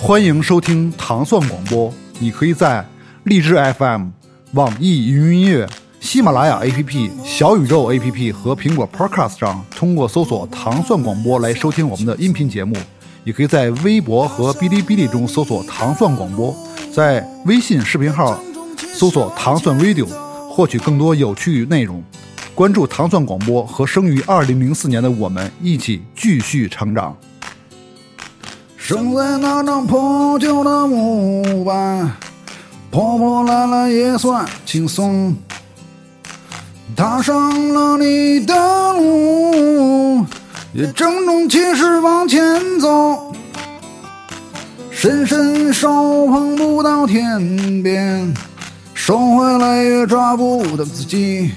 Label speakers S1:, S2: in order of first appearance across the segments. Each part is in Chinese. S1: 欢迎收听糖蒜广播，你可以在荔枝 FM、网易云音乐、喜马拉雅 APP、小宇宙 APP 和苹果 Podcast 上通过搜索“糖蒜广播”来收听我们的音频节目，也可以在微博和哔哩哔哩中搜索“糖蒜广播”，在微信视频号搜索“糖蒜 video”，获取更多有趣内容。关注糖蒜广播和生于二零零四年的我们，一起继续成长。生在那张破旧的木板，破破烂烂也算轻松。踏上了你的路，也郑重其事往前走。伸伸手碰不到天边，手回来也抓不到自己。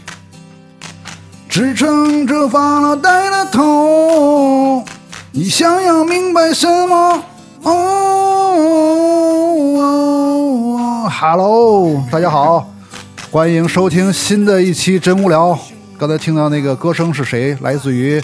S1: 支撑着发了呆的头，你想要明白什么？哦哦，Hello，大家好，欢迎收听新的一期《真无聊》。刚才听到那个歌声是谁？来自于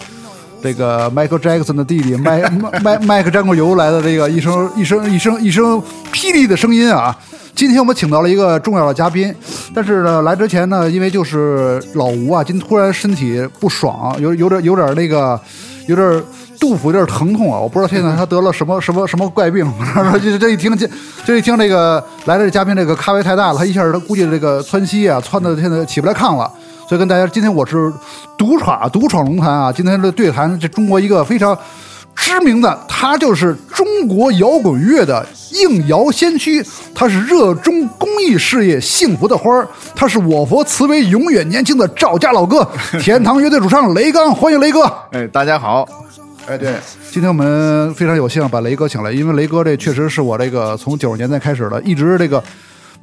S1: 这个 Michael Jackson 的弟弟麦麦麦麦克詹姆尤来的这个一声一声一声一声霹雳的声音啊！今天我们请到了一个重要的嘉宾，但是呢，来之前呢，因为就是老吴啊，今突然身体不爽，啊有有点有点那个，有点肚腹有点疼痛啊，我不知道现在他得了什么什么什么怪病， 然后这这一听这这一听这个来的这嘉宾这个咖啡太大了，他一下他估计这个窜稀啊，窜的现在起不来炕了。所以跟大家，今天我是独闯独闯龙潭啊！今天的对谈，这中国一个非常知名的，他就是中国摇滚乐的应摇先驱，他是热衷公益事业幸福的花儿，他是我佛慈悲永远年轻的赵家老哥， 天堂乐队主唱雷刚，欢迎雷哥！
S2: 哎，大家好，
S1: 哎，对，今天我们非常有幸把雷哥请来，因为雷哥这确实是我这个从九十年代开始的，一直这个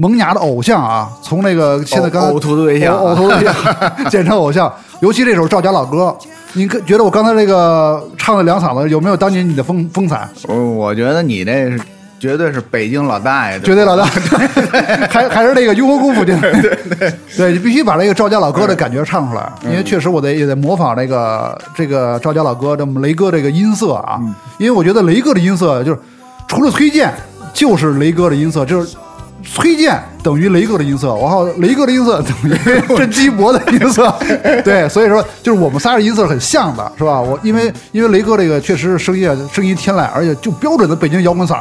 S1: 萌芽的偶像啊，从那个现在刚
S2: 偶偶图对象
S1: 偶偶图对象， 简称偶像。尤其这首《赵家老歌》，你可觉得我刚才这个唱的两嗓子有没有当年你的风风采？
S2: 我我觉得你这是绝对是北京老大爷，
S1: 绝对老 大，还还是那个雍和宫附近。对对嗯你必须把这个赵家老哥的感觉唱出来，因为确实我得也得模仿这个这个赵家老哥这么雷哥这个音色啊，因为我觉得雷哥的音色就是除了崔健就是雷哥的音色，就是。崔健等于雷哥的音色，我靠，雷哥的音色等 于甄基博的音色，对，所以说就是我们仨的音色是很像的，是吧？我因为因为雷哥这个确实是声音啊声音天籁，而且就标准的北京摇滚嗓，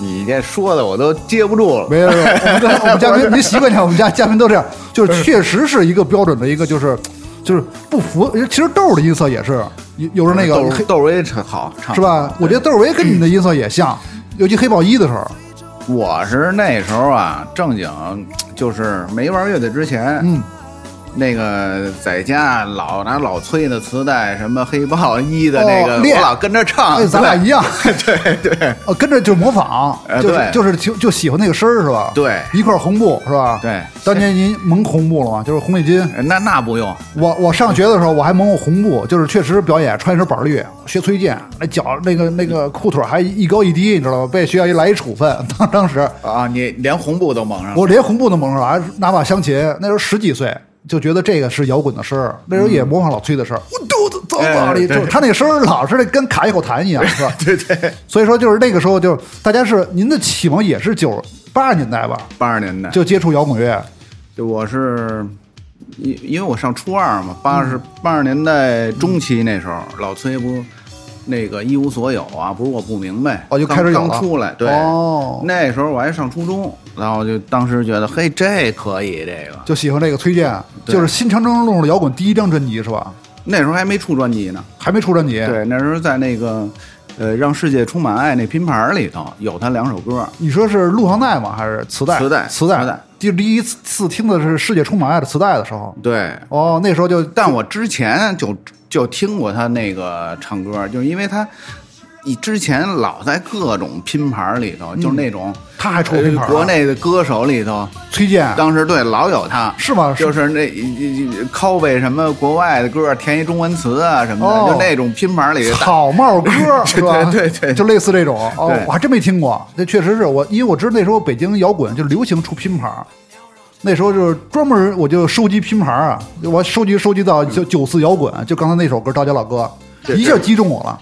S2: 你这说的我都接不住 了。
S1: 没有，没有我们跟我们嘉宾，您习惯一下，我们家嘉宾都这样，就是确实是一个标准的一个，就是就是不服。其实豆儿的音色也是，有有时候那个
S2: 豆啊
S1: 黑
S2: 豆威唱好唱
S1: 是？吧？我觉得豆儿维跟你的音色也像，
S2: 嗯
S1: 尤其黑豹一的时候，
S2: 啊我是那时候啊，正经就是没玩乐队之前，
S1: 嗯，
S2: 那个在家老拿老崔的磁带，什么黑豹一的
S1: 哦
S2: 那个，
S1: 练
S2: 我老跟着唱。
S1: 哎，咱俩一样，
S2: 对 对
S1: 呃，跟着就是模仿，
S2: 哎
S1: 就是
S2: 对
S1: 就是就就喜欢那个声儿是吧？
S2: 对
S1: 一块红布是吧？
S2: 对
S1: 当年您蒙红布了吗？就是红领巾。
S2: 对，那那不用，
S1: 我我上学的时候，我还蒙过红布，就是确实表演穿一身板绿，学崔健，那脚那个那个裤腿还一高一低，你知道吗？被学校一来一处分，当当时
S2: 啊，你连红布都蒙上了。
S1: 我连红布都蒙上了，还拿把香琴，那时候十几岁。就觉得这个是摇滚的声儿，那时候也模仿老崔的声儿，我肚子走哪里？
S2: 嗯哎对
S1: 就他那声儿老是跟卡一口痰一样，是吧？
S2: 对对，
S1: 所以说就是那个时候就，大家是您的启蒙也是九八十年代吧，
S2: 八十年代
S1: 就接触摇滚乐，
S2: 就我是，因因为我上初二嘛，八
S1: 嗯
S2: 十八十年代中期那时候，老崔不那个一无所有啊，不是我不明白，
S1: 哦就
S2: 刚
S1: 开始有了
S2: 刚出来，对，
S1: 哦
S2: 那时候我还上初中，然后就当时觉得，嘿，这可以，这个
S1: 就喜欢这个崔健，
S2: 对
S1: 就是新长征路的摇滚第一张专辑是吧？
S2: 那时候还没出专辑呢，
S1: 还没出专辑，
S2: 对，那时候在那个呃《让世界充满爱》那拼盘里头有他两首歌，
S1: 你说是录像带吗？还是磁带？
S2: 磁带
S1: 磁带。
S2: 磁带
S1: 就第一次听的是《世界充满爱》的磁带的时候，
S2: 对，
S1: 哦，那时候就
S2: 但我之前就就听过他那个唱歌，就是因为他，你之前老在各种拼盘里头，就是那种
S1: 他还出嗯过拼盘啊
S2: 呃国内的歌手里头，
S1: 崔健
S2: 当时对老有他，
S1: 是吗？是
S2: 就是那一一一 copy 什么国外的歌，填一中文词啊什么的，
S1: 哦
S2: 就那种拼盘里的。
S1: 草帽 歌是吧？
S2: 对对对
S1: 就类似这种哦
S2: 对，
S1: 我还真没听过。这确实是我，因为我知道那时候北京摇滚就流行出拼盘儿，那时候就是专门我就收集拼盘儿啊，我收集收集到就
S2: 嗯
S1: 九四摇滚，就刚才那首歌《赵家老哥》，
S2: 对
S1: 一下击中我了。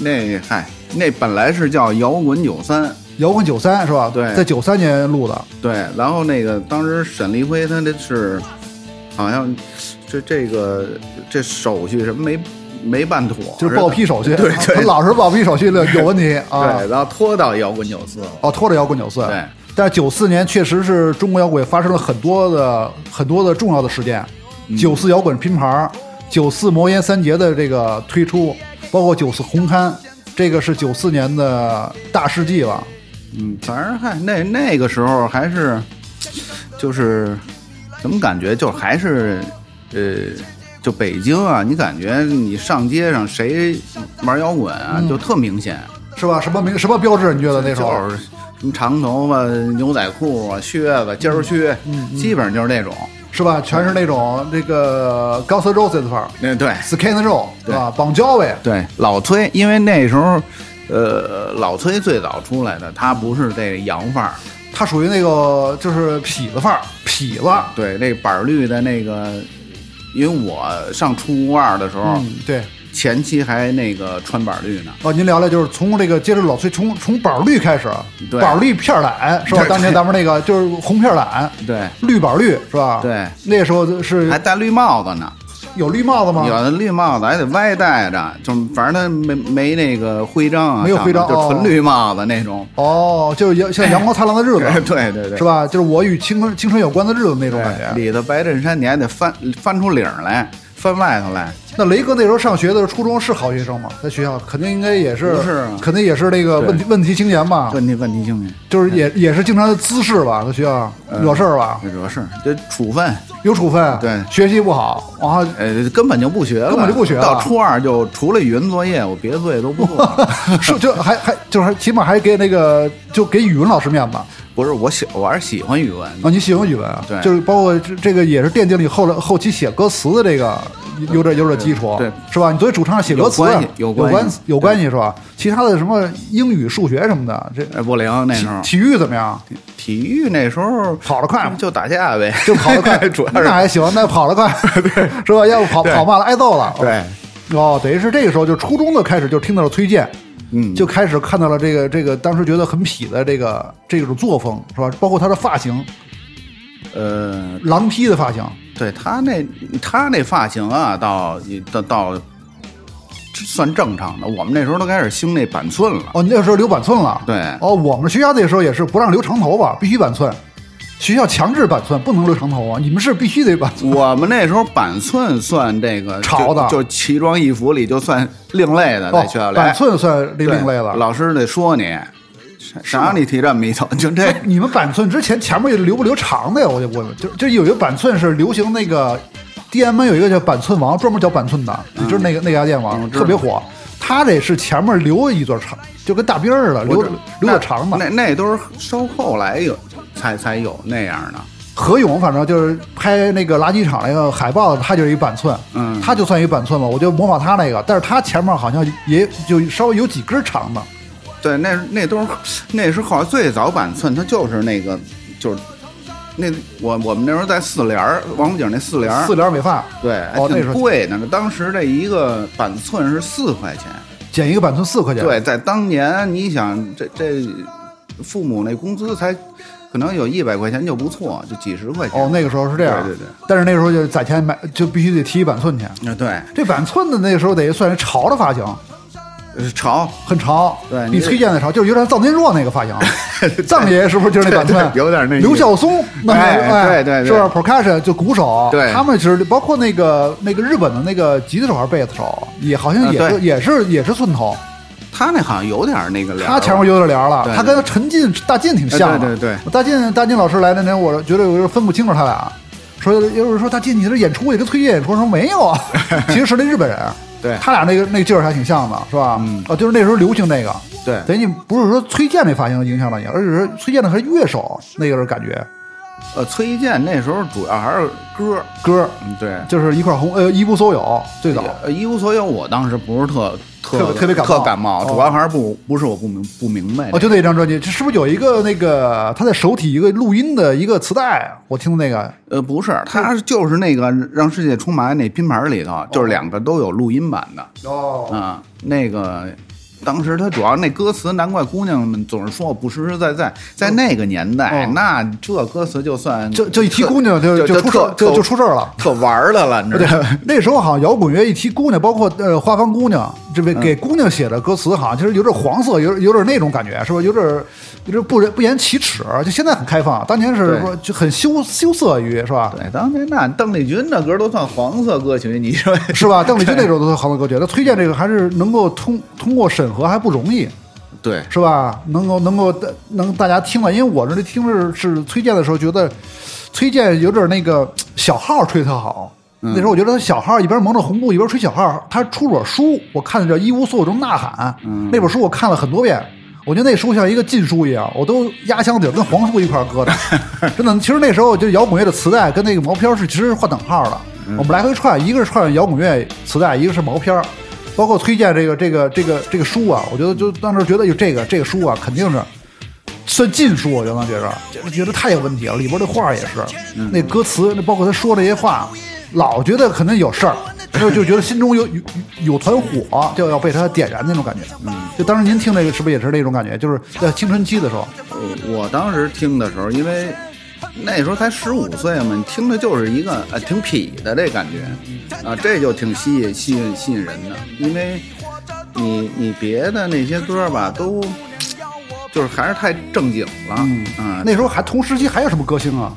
S2: 那嗨，那本来是叫摇滚九三，
S1: 摇滚九三是吧？
S2: 对
S1: 在九三年录的，
S2: 对，然后那个当时沈黎辉他这是好像这这个这手续什么没没办妥，
S1: 就是报批手续，
S2: 对对
S1: 他 老是报批手续的有问 题啊
S2: 对，。然后拖到摇滚九四，
S1: 哦，拖着摇滚九四，
S2: 对。
S1: 但是九四年确实是中国摇滚发生了很多的很多的重要的事件，
S2: 嗯
S1: 九四摇滚拼盘，九四魔岩三杰的这个推出，包括九四红勘，这个是九四年的大事迹了。
S2: 嗯，反正还那那个时候还是就是怎么感觉就还是呃。就北京啊，你感觉你上街上谁玩摇滚啊，就特明显。
S1: 是吧？什么名什么标志？你觉得那时候
S2: 就是什么长头发、牛仔裤啊、靴子、尖儿靴，基本上就是那种。
S1: 是吧？全是那种这个 Guns N' Roses 范儿
S2: 那对
S1: ，Skin Row 是吧？绑胶位，
S2: 对，老崔，因为那时候，呃，老崔最早出来的，他不是这洋范儿，
S1: 它属于那个就是痞子范儿，痞子。
S2: 对，那板儿绿的那个，因为我上初二的时候，
S1: 嗯，对。
S2: 前期还那个穿板儿绿呢，
S1: 哦，您聊聊就是从这个接着老崔从从板绿开始，
S2: 对
S1: 板绿片儿懒是吧？
S2: 对
S1: 当年咱们那个就是红片儿懒，
S2: 对，
S1: 绿板绿是吧？
S2: 对，
S1: 那时候是
S2: 还戴绿帽子呢，
S1: 有绿帽子
S2: 有
S1: 吗？
S2: 的绿帽子还得歪戴着，就反正他没没那个徽章啊，
S1: 没有徽章
S2: 上面就
S1: 哦
S2: 纯绿帽子那种。
S1: 哦，就是阳像阳光灿烂的哎日子，
S2: 对对对，
S1: 是吧？就是我与青春青春有关的日子那种感
S2: 对，
S1: 觉。
S2: 里头白衬衫你还得翻翻出领儿来，翻外头来。
S1: 那雷哥那时候上学的时候，初中是好学生吗？在学校肯定应该也是，
S2: 不是啊
S1: 肯定也是那个
S2: 对
S1: 问题问题青年吧？
S2: 问题问题性质，
S1: 就是也也是经常滋事吧，在学校
S2: 嗯
S1: 惹事儿吧，
S2: 这主要是这处分，
S1: 有处分，
S2: 对
S1: 学习不好，然后
S2: 呃，根本就不学了，
S1: 根本就不学了
S2: 到初二就除了语文作业，我别的作业都不做了。
S1: 说就还还就是还起码还给那个就给语文老师面子啊！
S2: 不是我喜，我还是喜欢语文。
S1: 你喜欢语文啊？
S2: 对
S1: 就是包括这这个也是奠定了你后来后期写歌词的这个有点有点基础，
S2: 对
S1: 是吧？你作为主唱写歌词啊
S2: 有关系
S1: 有
S2: 有
S1: 关
S2: 关系
S1: 系有关系是吧？其他的什么英语、数学什么的，这
S2: 哎，不灵那时候，
S1: 体育怎么 样？
S2: 体育那时候
S1: 跑得快吗
S2: 就打架呗，
S1: 就跑得快，
S2: 主要
S1: 那
S2: 是
S1: 还行，那跑得快，是吧？要不跑
S2: 对
S1: 跑慢了挨揍了，
S2: 对，
S1: 哦，等于是这个时候就初中的开始就听到了崔健，
S2: 嗯
S1: 就开始看到了这个这个当时觉得很痞的这个这种作风是吧？包括他的发型，
S2: 呃，
S1: 狼披的发型，
S2: 对他那他那发型啊，到到到算正常的，我们那时候都开始兴那板寸了。
S1: 哦，那时候留板寸了，
S2: 对
S1: 哦，我们学校那时候也是不让留长头发，必须板寸，学校强制板寸，不能留长头发，你们是必须得板寸，
S2: 我们那时候板寸算这个
S1: 潮的
S2: 就就奇装异服里就算另类的，
S1: 哦
S2: 在学校，里
S1: 板寸算另
S2: 对
S1: 另类了。
S2: 老师得说你，谁谁让你提这么一头，就这
S1: 你们板寸之前前面留不留长的呀？我就问问，就就有一个板寸是流行那个，d m 有一个叫板寸王，专门叫板寸的，就是那个那家店王
S2: 嗯知
S1: 特
S2: 道
S1: 别火。他这是前面留一段长，就跟大兵似的，留
S2: 我这
S1: 留点长的。
S2: 那那都是稍后来有才才有那样的。
S1: 何勇反正就是拍那个垃圾场那个海报，他就是一板寸，
S2: 嗯
S1: 他就算一板寸嘛，我就模仿他那个，但是他前面好像也就稍微有几根长的，
S2: 对，那那都是那是好像最早板寸，它就是那个就是那我我们那时候在四联儿王府井那四联儿
S1: 四帘美发，
S2: 对，
S1: 哦
S2: 还
S1: 那时
S2: 挺
S1: 候
S2: 贵呢。当时这一个板寸是四块钱。
S1: 剪一个板寸四块钱，
S2: 对，在当年，你想这这父母那工资才可能有一百块钱就不错，就几十块钱。
S1: 哦，那个时候是这样，
S2: 对对对。
S1: 但是那时候就是攒钱买，就必须得提一板寸去。
S2: 啊对，
S1: 这板寸的那时候得算是潮的发型，
S2: 呃 潮，
S1: 很潮，
S2: 对你
S1: 比崔健的潮，就是有点藏天若那个发 型。藏爷是不是就是那板寸？啊
S2: 对对有点那意思
S1: 刘晓松，那么
S2: 哎
S1: 哎
S2: 对对对
S1: 是吧？percussion 就鼓手，
S2: 对
S1: 他们其实包括那个那个日本的那个吉他手还是贝斯手，也好像也
S2: 啊
S1: 是
S2: 对
S1: 也是也是寸头，
S2: 他那好像有点那个料儿。
S1: 他前面有点帘儿了
S2: 对，对
S1: 他跟陈进大进挺像的。
S2: 哎对对
S1: 大进大进老师来的那天，我觉得有时候分不清楚他俩。说有人说大进你这演出也跟崔健演出，说没 有啊，其实是那日本人。
S2: 对
S1: 他俩那个那劲儿还挺像的，是吧？
S2: 嗯
S1: 啊，就是那时候流行那个。
S2: 对
S1: 等于你不是说崔健那发型影响了你，而是说崔健的还是乐手那个感觉
S2: 呃，崔健那时候主要还是歌儿，
S1: 歌，
S2: 嗯，对。
S1: 就是一块红呃一无所有最早。
S2: 呃，一无所有，我当时不是特
S1: 特
S2: 特
S1: 别特别感冒
S2: 特感冒，
S1: 哦
S2: 主要还是不不是我不明不明白
S1: 哦，。就那张专辑，这是不是有一个那个他在手提一个录音的一个磁带啊？我听的那个
S2: 呃，不是，他就是那个让世界充满那拼盘里头，就是两个都有录音版的。
S1: 哦
S2: 啊，那个当时他主要那歌词，难怪姑娘们总是说我不实实在在。在那个年代，
S1: 哦
S2: 那这歌词就算
S1: 就就一提
S2: 特
S1: 姑娘就就
S2: 就
S1: 出事
S2: 特嗯
S1: 儿就就出事儿了。
S2: 特玩儿的了，你知
S1: 对
S2: 道吗？，
S1: 那时候好像摇滚乐一提姑娘，包括呃花房姑娘，这
S2: 嗯
S1: 位给姑娘写的歌词，好像就是有点黄色，有有点那种感觉，是吧？有点有点不人不言启齿，就现在很开放，啊当年是
S2: 对
S1: 说就很羞羞涩于，是吧？
S2: 对，当年那邓丽君那歌都算黄色歌曲，你 说
S1: 是吧？邓丽君那种都是好多歌曲，她推荐这个还是能够通通过审核还不容易，
S2: 对
S1: 是吧？能够能够大能大家听了，因为我这听着是崔健的时候，觉得崔健有点那个小号吹特好。那时候我觉得他小号一边蒙着红布一边吹小号，他出本书，我看的叫《一无所有中呐喊》，那本书我看了很多遍。我觉得那书像一个禁书一样，我都压箱底儿跟黄书一块儿搁着。真的，其实那时候就摇滚乐的磁带跟那个毛片儿是其实是划等号的。我们来回串，一个是串摇滚乐磁带，一个是毛片儿。包括推荐这个这个这个这个书啊，我觉得就当时觉得有这个这个书啊，肯定是算禁书，我就当觉着，就是觉得太有问题了。里边的话也是，
S2: 嗯
S1: 那歌词，那包括他说那些话，老觉得可能有事儿，就就觉得心中有有有团火，就要被他点燃那种感觉。嗯，就当时您听那个是不是也是那种感觉？就是在青春期的时
S2: 嗯
S1: 候，
S2: 我我当时听的时候，因为那时候才十五岁嘛，你听着就是一个呃挺痞的这感觉，啊，这就挺吸引吸引吸引人的，因为你你别的那些歌吧，都就是还是太正经了，啊，
S1: 那时候还同时期还有什么歌星啊？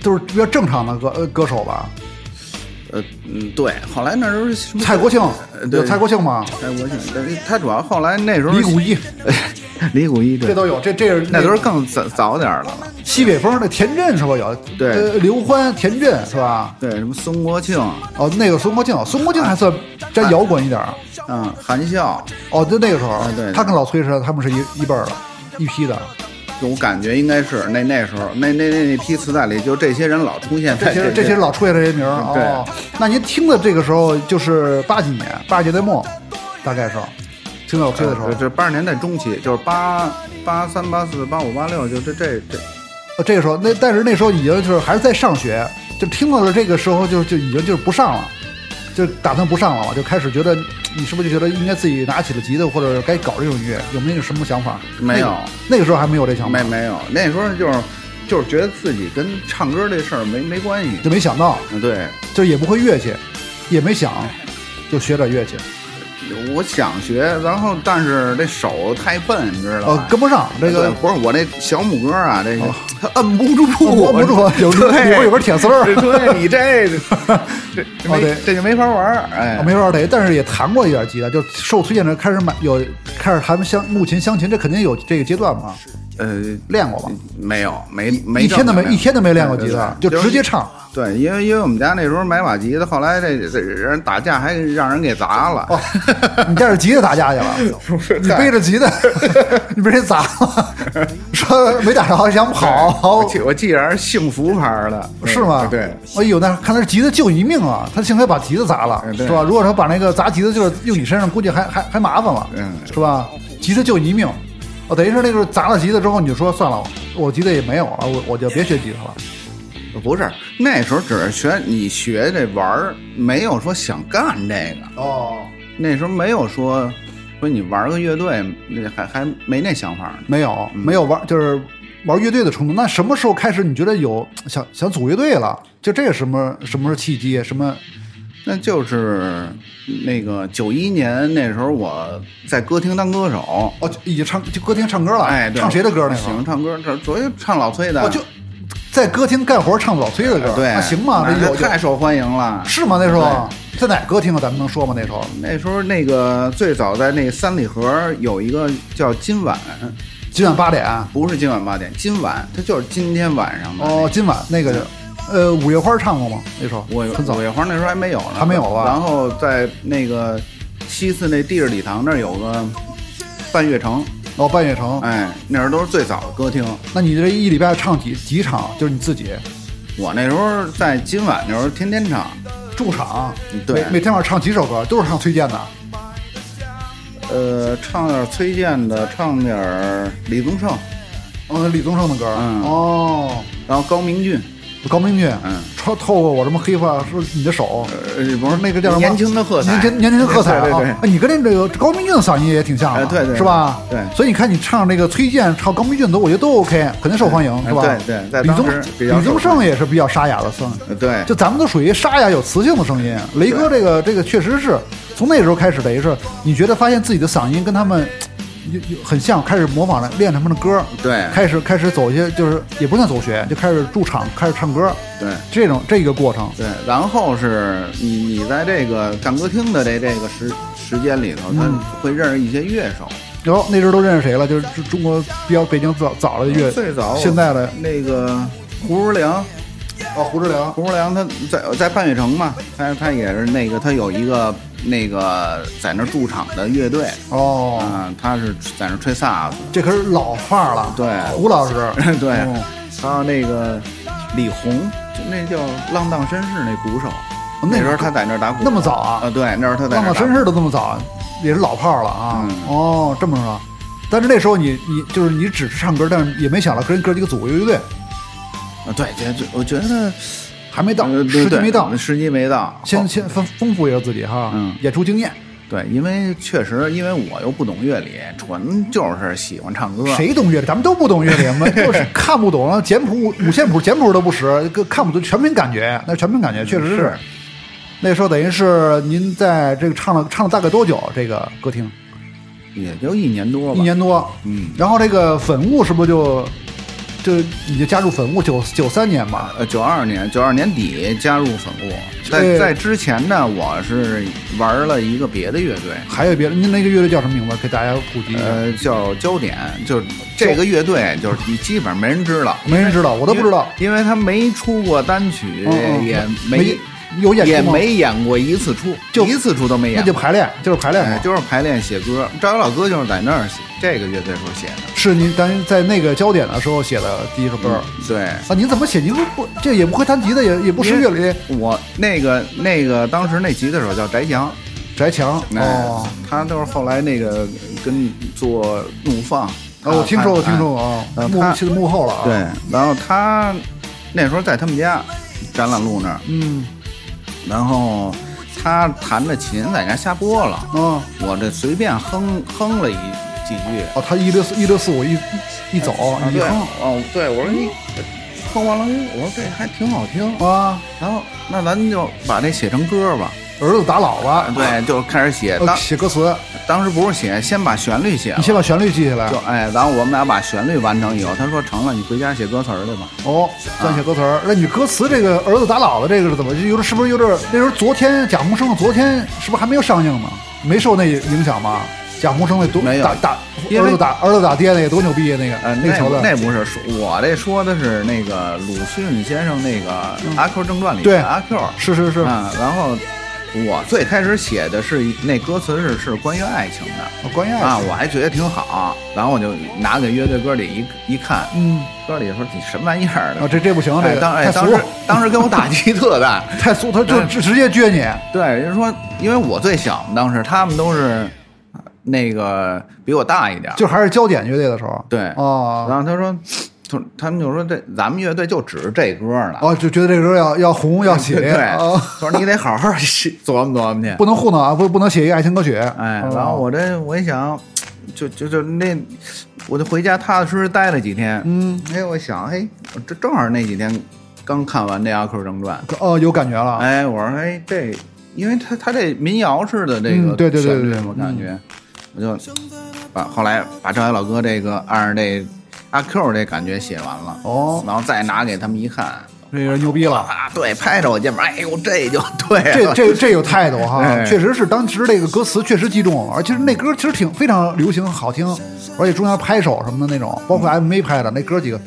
S1: 就是比较正常的歌呃歌手吧，
S2: 呃嗯对，后来那时候什么
S1: 蔡国庆
S2: 呃，对
S1: 有蔡国庆吗？
S2: 蔡国庆，但是他主要后来那时候
S1: 李谷一，
S2: 李谷一对
S1: 这，都有，这这是
S2: 那时候更早早点儿了。
S1: 西北风的田震是吧？有
S2: 对
S1: 呃刘欢、田震是吧？
S2: 对，什么孙国庆，
S1: 哦，那个孙国庆，孙国庆还算
S2: 啊
S1: 沾摇滚一点儿。
S2: 嗯，韩笑，
S1: 哦，就那个时候
S2: 对啊对，
S1: 他跟老崔是他们是一一辈儿的，一批的。
S2: 我感觉应该是那那时候那那那那批磁带里，就这些人老出现
S1: 这
S2: 在
S1: 些这
S2: 这
S1: 些老出现这些名儿
S2: 对
S1: 哦。那您听的这个时候就是八几年，八十年代末，大概是听到老崔的时候
S2: 这，这八十年代中期，就是八八三八四八五八六，就这这这
S1: 呃这个时候那但是那时候已经就是还是在上学，就听到了这个时候就就已经就是不上了，就打算不上了嘛，就开始觉得你是不是就觉得应该自己拿起了吉他或者该搞这种音乐，有没有什么想法？
S2: 没有
S1: 那个，那个时候还没有这想法
S2: 没，没有，那时候就是就是觉得自己跟唱歌这事儿没没关系。
S1: 就没想到，
S2: 嗯，对，
S1: 就也不会乐器，也没想，就学点乐器，
S2: 我想学，然后但是这手太笨，你知道
S1: 呃
S2: 吧，？
S1: 跟不上这个哦
S2: 对。不是我那小拇哥啊，这个它摁不住，
S1: 握不住，有里
S2: 对
S1: 边有根铁丝儿，
S2: 对你这这这
S1: 哦对
S2: 没这就没法玩儿，哎
S1: 啊，没法逮，但是也弹过一点吉他，就受崔健这开始买有开始弹相木琴、湘琴，这肯定有这个阶段嘛，
S2: 呃，
S1: 练过吧？
S2: 没有，没没
S1: 一天都
S2: 正
S1: 没
S2: 经
S1: 一天都没练过吉他，就
S2: 对对对
S1: 直接唱。
S2: 对，因为因为我们家那时候买把吉他，后来这这人打架还让人给砸了。
S1: 哦你带着吉他打架去 了？你背着吉他，你被人砸了，说没打着想
S2: 我
S1: 跑，
S2: 记我记着是幸福牌儿的，
S1: 是吗？
S2: 对，
S1: 哎呦，那看来吉他救你一命啊！他幸亏把吉他砸了，
S2: 嗯
S1: 是
S2: 对
S1: 吧？如果说把那个砸吉他就是用你身上，估计还还还麻烦了，
S2: 嗯
S1: 是吧？吉他救你一命，哦，等于是那个砸了吉他之后，你就说算了，我吉他也没有了，我我就别学吉他了。
S2: 不是那时候只是学你学这玩儿，没有说想干这个。
S1: 哦，
S2: 那时候没有说说你玩个乐队，那还还没那想法呢。
S1: 没有，没有玩，就是玩乐队的冲动。那什么时候开始你觉得有想想组乐队了？就这个什么什么契机？什么？
S2: 那就是那个九一年那时候我在歌厅当歌手，
S1: 哦，就已经唱就歌厅唱歌了，
S2: 哎，对
S1: 唱谁的歌那时
S2: 喜
S1: 候？
S2: 欢唱歌，这昨天唱老崔的，
S1: 哦，就在歌厅干活唱老崔的歌，
S2: 对，
S1: 那行吗？
S2: 那
S1: 那有有
S2: 太受欢迎了。
S1: 是吗？那时候在哪歌厅啊？咱们能说吗？那时候
S2: 那时候那个最早在那三里河有一个叫今晚，
S1: 今晚八点
S2: 不是今晚八点，今晚它就是今天晚上的。
S1: 哦，今晚那个呃五月花唱过吗？那时候
S2: 哎我
S1: 很早
S2: 五月花那时候还没有呢，
S1: 还没有啊
S2: 然后在那个西四那地质礼堂那儿有个半月城，
S1: 哦，半月城。
S2: 哎，那时候都是最早的歌厅。
S1: 那你这一礼拜唱几几场？就是你自己
S2: 我那时候在今晚那时候天天唱，
S1: 驻场，
S2: 对
S1: 每每天晚上唱几首歌，都是唱崔健的。
S2: 呃，唱点崔健的，唱点儿李宗盛，
S1: 哦，李宗盛的歌。
S2: 嗯
S1: 哦，
S2: 然后高明俊，
S1: 高明俊，
S2: 嗯，
S1: 超透过我什么黑发，说你的手，
S2: 呃，不是
S1: 那个叫什么？
S2: 年轻的呃喝彩，
S1: 年轻年轻的喝彩啊！
S2: 对对对
S1: 啊你跟那这个高明俊的嗓音也挺像的，
S2: 哎对对对
S1: 是吧？
S2: 对
S1: 所以你看你唱这个崔健、唱高明俊都，我觉得都 OK，肯定受欢迎，
S2: 哎
S1: 是吧？
S2: 对对在
S1: 李
S2: 当
S1: 宗
S2: 时比较
S1: 李
S2: 受
S1: 宗
S2: 欢迎
S1: 盛也是比较沙哑的声音，
S2: 呃对，
S1: 哦就咱们都属于沙哑有磁性的声音。雷哥这个这个确实是从那时候开始，等于是你觉得发现自己的嗓音跟他们有有很像，开始模仿了练他们的歌，
S2: 对
S1: 开始开始走一些就是也不算走学，就开始驻场，开始唱歌，
S2: 对
S1: 这种这个过程，
S2: 对，然后是你你在这个干歌厅的这这个时时间里头，
S1: 嗯
S2: 他会认识一些乐手。
S1: 然后那时候都认识谁了？就是中中国比较北京早早的乐，
S2: 嗯最早
S1: 现在的
S2: 那个胡如良，
S1: 哦胡志良，
S2: 胡如良他在在半月城嘛，他他也是那个他有一个那个在那儿驻场的乐队
S1: 哦，
S2: 啊、他是在那儿吹萨克斯。
S1: 这可是老范儿了，
S2: 对，
S1: 胡老师
S2: 对啊
S1: 嗯，
S2: 还有那个李红，就那叫浪荡绅士那鼓手，
S1: 哦那
S2: 那
S1: 时候
S2: 时候他在那儿打鼓，
S1: 那么早啊
S2: 啊？对，那时候他在
S1: 浪
S2: 那
S1: 荡
S2: 儿打鼓
S1: 绅士都这么早，也是老炮儿了啊。
S2: 嗯
S1: 哦，这么说，但是那时候你你就是你只是唱歌，但是也没想到跟哥几个组个乐队，
S2: 啊，对，觉得我觉得
S1: 还没到
S2: 呃对
S1: 时机
S2: 对
S1: 没到，
S2: 时机没到。
S1: 先
S2: 后
S1: 先丰丰富一下自己哈，
S2: 嗯
S1: 演出经验。
S2: 对，因为确实，因为我又不懂乐理，纯就是喜欢唱歌。
S1: 谁懂乐理？咱们都不懂乐理，我们 就是看不懂，简谱五五线谱、简谱都不识，个看不懂，全凭感觉。那全凭感觉，确实是
S2: 是。
S1: 那时候等于是您在这个唱了唱了大概多久？这个歌厅
S2: 也就一年多吧？
S1: 一年多，
S2: 嗯，
S1: 然后这个粉雾是不是就就你就加入粉雾九九三年吧？
S2: 呃，九二年，九二年底加入粉雾，
S1: 对
S2: 在在之前呢，我是玩了一个别的乐队，
S1: 还有别的，您那个乐队叫什么名字？给大家普及一下。
S2: 呃，叫焦点，就是这个乐队，就是你基本上没人知道，
S1: 没人知道，嗯我都不知道。
S2: 因为，因为他没出过单曲，
S1: 嗯嗯
S2: 也
S1: 没有演出
S2: 也
S1: 吗
S2: 没演过一次出，
S1: 就
S2: 一次出都没
S1: 那
S2: 演
S1: 就
S2: 过。
S1: 排练，就是排练嘛。
S2: 哎，就是排练写歌，赵云老哥就是在那儿写这个乐队时候写的。
S1: 是您咱在那个焦点的时候写的第一首歌、
S2: 对，
S1: 啊？您怎么写？您不不这也不会弹吉他，也也不识乐理。
S2: 我那个那个当时那吉他手叫翟翔，
S1: 翟强哦
S2: 哎，，他都是后来那个跟做怒放。
S1: 啊，我听说过，
S2: 他
S1: 听说过啊，
S2: 嗯
S1: 幕
S2: 他
S1: 去幕后了啊。
S2: 对，，然后他那时候在他们家展览路那儿，
S1: 嗯，
S2: 然后他弹着琴在家瞎播了，
S1: 啊，
S2: 我这随便哼哼了一几句，
S1: 哦，他一六四一六四五一一一走
S2: 啊
S1: 一
S2: 对，
S1: 哼
S2: 哦，对，我说你哼完了，我说这还挺好听，
S1: 啊，
S2: 然后那咱就把这写成歌吧，
S1: 儿子打老了，
S2: 对，就开始写，
S1: 呃，
S2: 当
S1: 写歌词，
S2: 当时不是写，哦先把旋律写了
S1: 你。先把旋律记下来
S2: 就。哎，然后我们俩把旋律完成以后，他说成了，你回家写歌词儿去吧。
S1: 哦，咱写歌词儿。那你歌词这个儿子打老了这个是怎么？就有点是不是有点？那时候昨天贾宏声，昨天是不是还没有上映呢？没受那影响吧？贾宏声那多
S2: 没有
S1: 打打
S2: 因为
S1: 儿子打儿子打爹那个多牛逼啊！那个、
S2: 呃，
S1: 那个
S2: 那
S1: 桥段，
S2: 那不是说，我这说的是那个鲁迅先生那个《阿 Q 正传》里
S1: 对
S2: 的阿 Q，
S1: 是是是，
S2: 啊，然后我最开始写的是那歌词是是关于爱情的
S1: 哦关于爱情
S2: 啊，我还觉得挺好，然后我就拿给乐队歌里一一看，
S1: 嗯，
S2: 歌里说你什么玩意儿的
S1: 啊，这这不行，这
S2: 哎
S1: 个
S2: 当哎
S1: 太
S2: 当
S1: 俗
S2: 时，当时给我打击特大，
S1: 太俗，他就
S2: 哎
S1: 直直接撅你。
S2: 对，人家说因为我最小嘛，当时他们都是呃那个比我大一点儿，
S1: 就还是焦点乐队的时候，
S2: 对
S1: 哦
S2: 然后他说， 他他们就说这咱们乐队就指着这歌了。
S1: 哦，就觉得这歌要要红 要写，
S2: 对，
S1: 哦
S2: 他说你得好好去琢磨琢磨去。
S1: 不能糊弄啊，不不能写一个爱情歌曲。
S2: 哎，
S1: 哦
S2: 然后我这我一想，就就就那，我就回家踏踏实实待了几天。
S1: 嗯，
S2: 哎，我想，嘿，我这正好那几天刚看完这《阿 Q 正传
S1: 哦有感觉》，了，
S2: 哎，我说，哎，这，因为他他这民谣式的这个
S1: 嗯对对对
S2: 旋律
S1: 对嗯对
S2: 我感觉，我就把后来把赵云老哥这个按着这阿 Q 这感觉写完了，
S1: 哦
S2: 然后再拿给他们一看，
S1: 这人牛逼了。
S2: 啊，对，拍着我肩膀，哎呦，这就对啊
S1: 这
S2: 了，
S1: 这这有态度哈，
S2: 哎
S1: 确实是当时这个歌词确实击中我，而且那歌其实挺非常流行好听，而且中间拍手什么的那种，包括 MV 拍的那哥几个，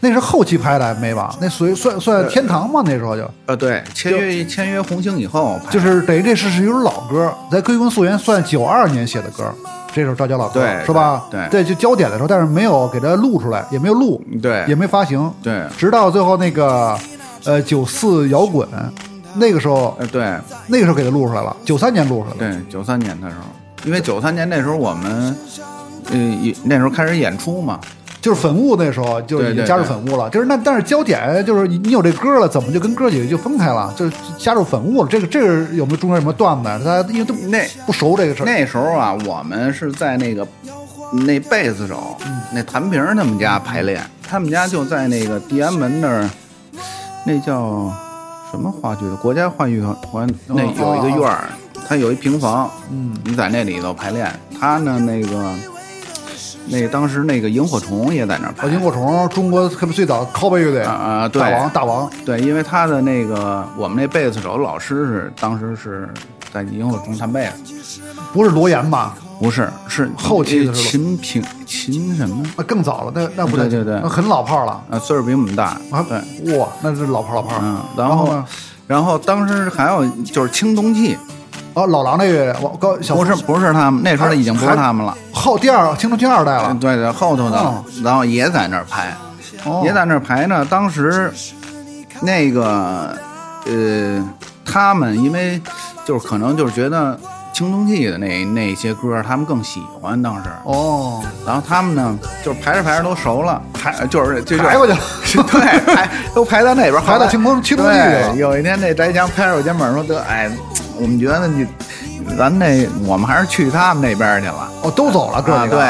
S1: 那是后期拍的 MV 吧？那属于算算天堂嘛？那时候就
S2: 呃，对，签约签约红星以后拍，
S1: 就是等于这是是一首老歌，在《归根溯源》算九二年写的歌，这首赵家老歌
S2: 对
S1: 是吧？
S2: 对
S1: 对，就焦点的时候，但是没有给它录出来，也没有录，
S2: 对
S1: 也没发行，
S2: 对
S1: 直到最后那个呃九四摇滚那个时候，
S2: 呃，对
S1: 那个时候给它录出来了，九三年录出来了。
S2: 对，九三年的时候，因为九三年那时候我们，呃，也那时候开始演出嘛，
S1: 就是粉雾那时候就是已经
S2: 对对
S1: 加入粉雾了，就是那但是焦点就是你你有这歌了，怎么就跟哥几个就分开了，就是加入粉雾了？这个这个有没有中间有没有段子呀？啊大家因为都
S2: 那
S1: 不熟这个事儿，
S2: 那时候啊，我们是在那个那贝斯手那谭平他们家排练，他们家就在那个地安门那儿，那叫什么话剧的国家话剧团，那有一个院儿，他有一平房，
S1: 哦嗯，
S2: 你在那里头排练。他呢，那个那个当时那个萤火虫也在那儿排
S1: 老哦萤火虫，中国特别最早 cowboy 乐队
S2: 啊啊，对
S1: 大王大王，
S2: 对，因为他的那个我们那贝斯手老师是当时是在萤火虫弹贝
S1: 哦
S2: 斯。
S1: 不是哦罗岩吧？
S2: 不是，是
S1: 后期的是吧
S2: 秦平秦什么
S1: 啊，更早了，那那不
S2: 对对对
S1: 那很老炮了。
S2: 啊？岁数比我们大
S1: 啊，哦
S2: 对，
S1: 哇，那是老炮老炮。
S2: 嗯，
S1: 然
S2: 然后
S1: 呢？
S2: 然后当时还有就是青铜器，
S1: 哦，老狼那个我高小
S2: 不是不是他们，那时候已经不是他们了，
S1: 后第二青铜器二代了，
S2: 对对，后头
S1: 哦
S2: 的，然后也在那儿排，
S1: 哦
S2: 也在那儿排呢。当时那个呃，他们因为就是可能就是觉得青铜器的那那些歌，他们更喜欢当时。
S1: 哦，
S2: 然后他们呢，就是排着排着都熟了，排就是就是
S1: 排过去了，
S2: 是 对，排都排到那边，
S1: 排到青铜青铜器去啊了
S2: 对，有一天那翟翔拍着我肩膀说：“得，哎，我们觉得你，咱那我们还是去他们那边去了。
S1: 哦，都走了，哥
S2: 啊
S1: 几个，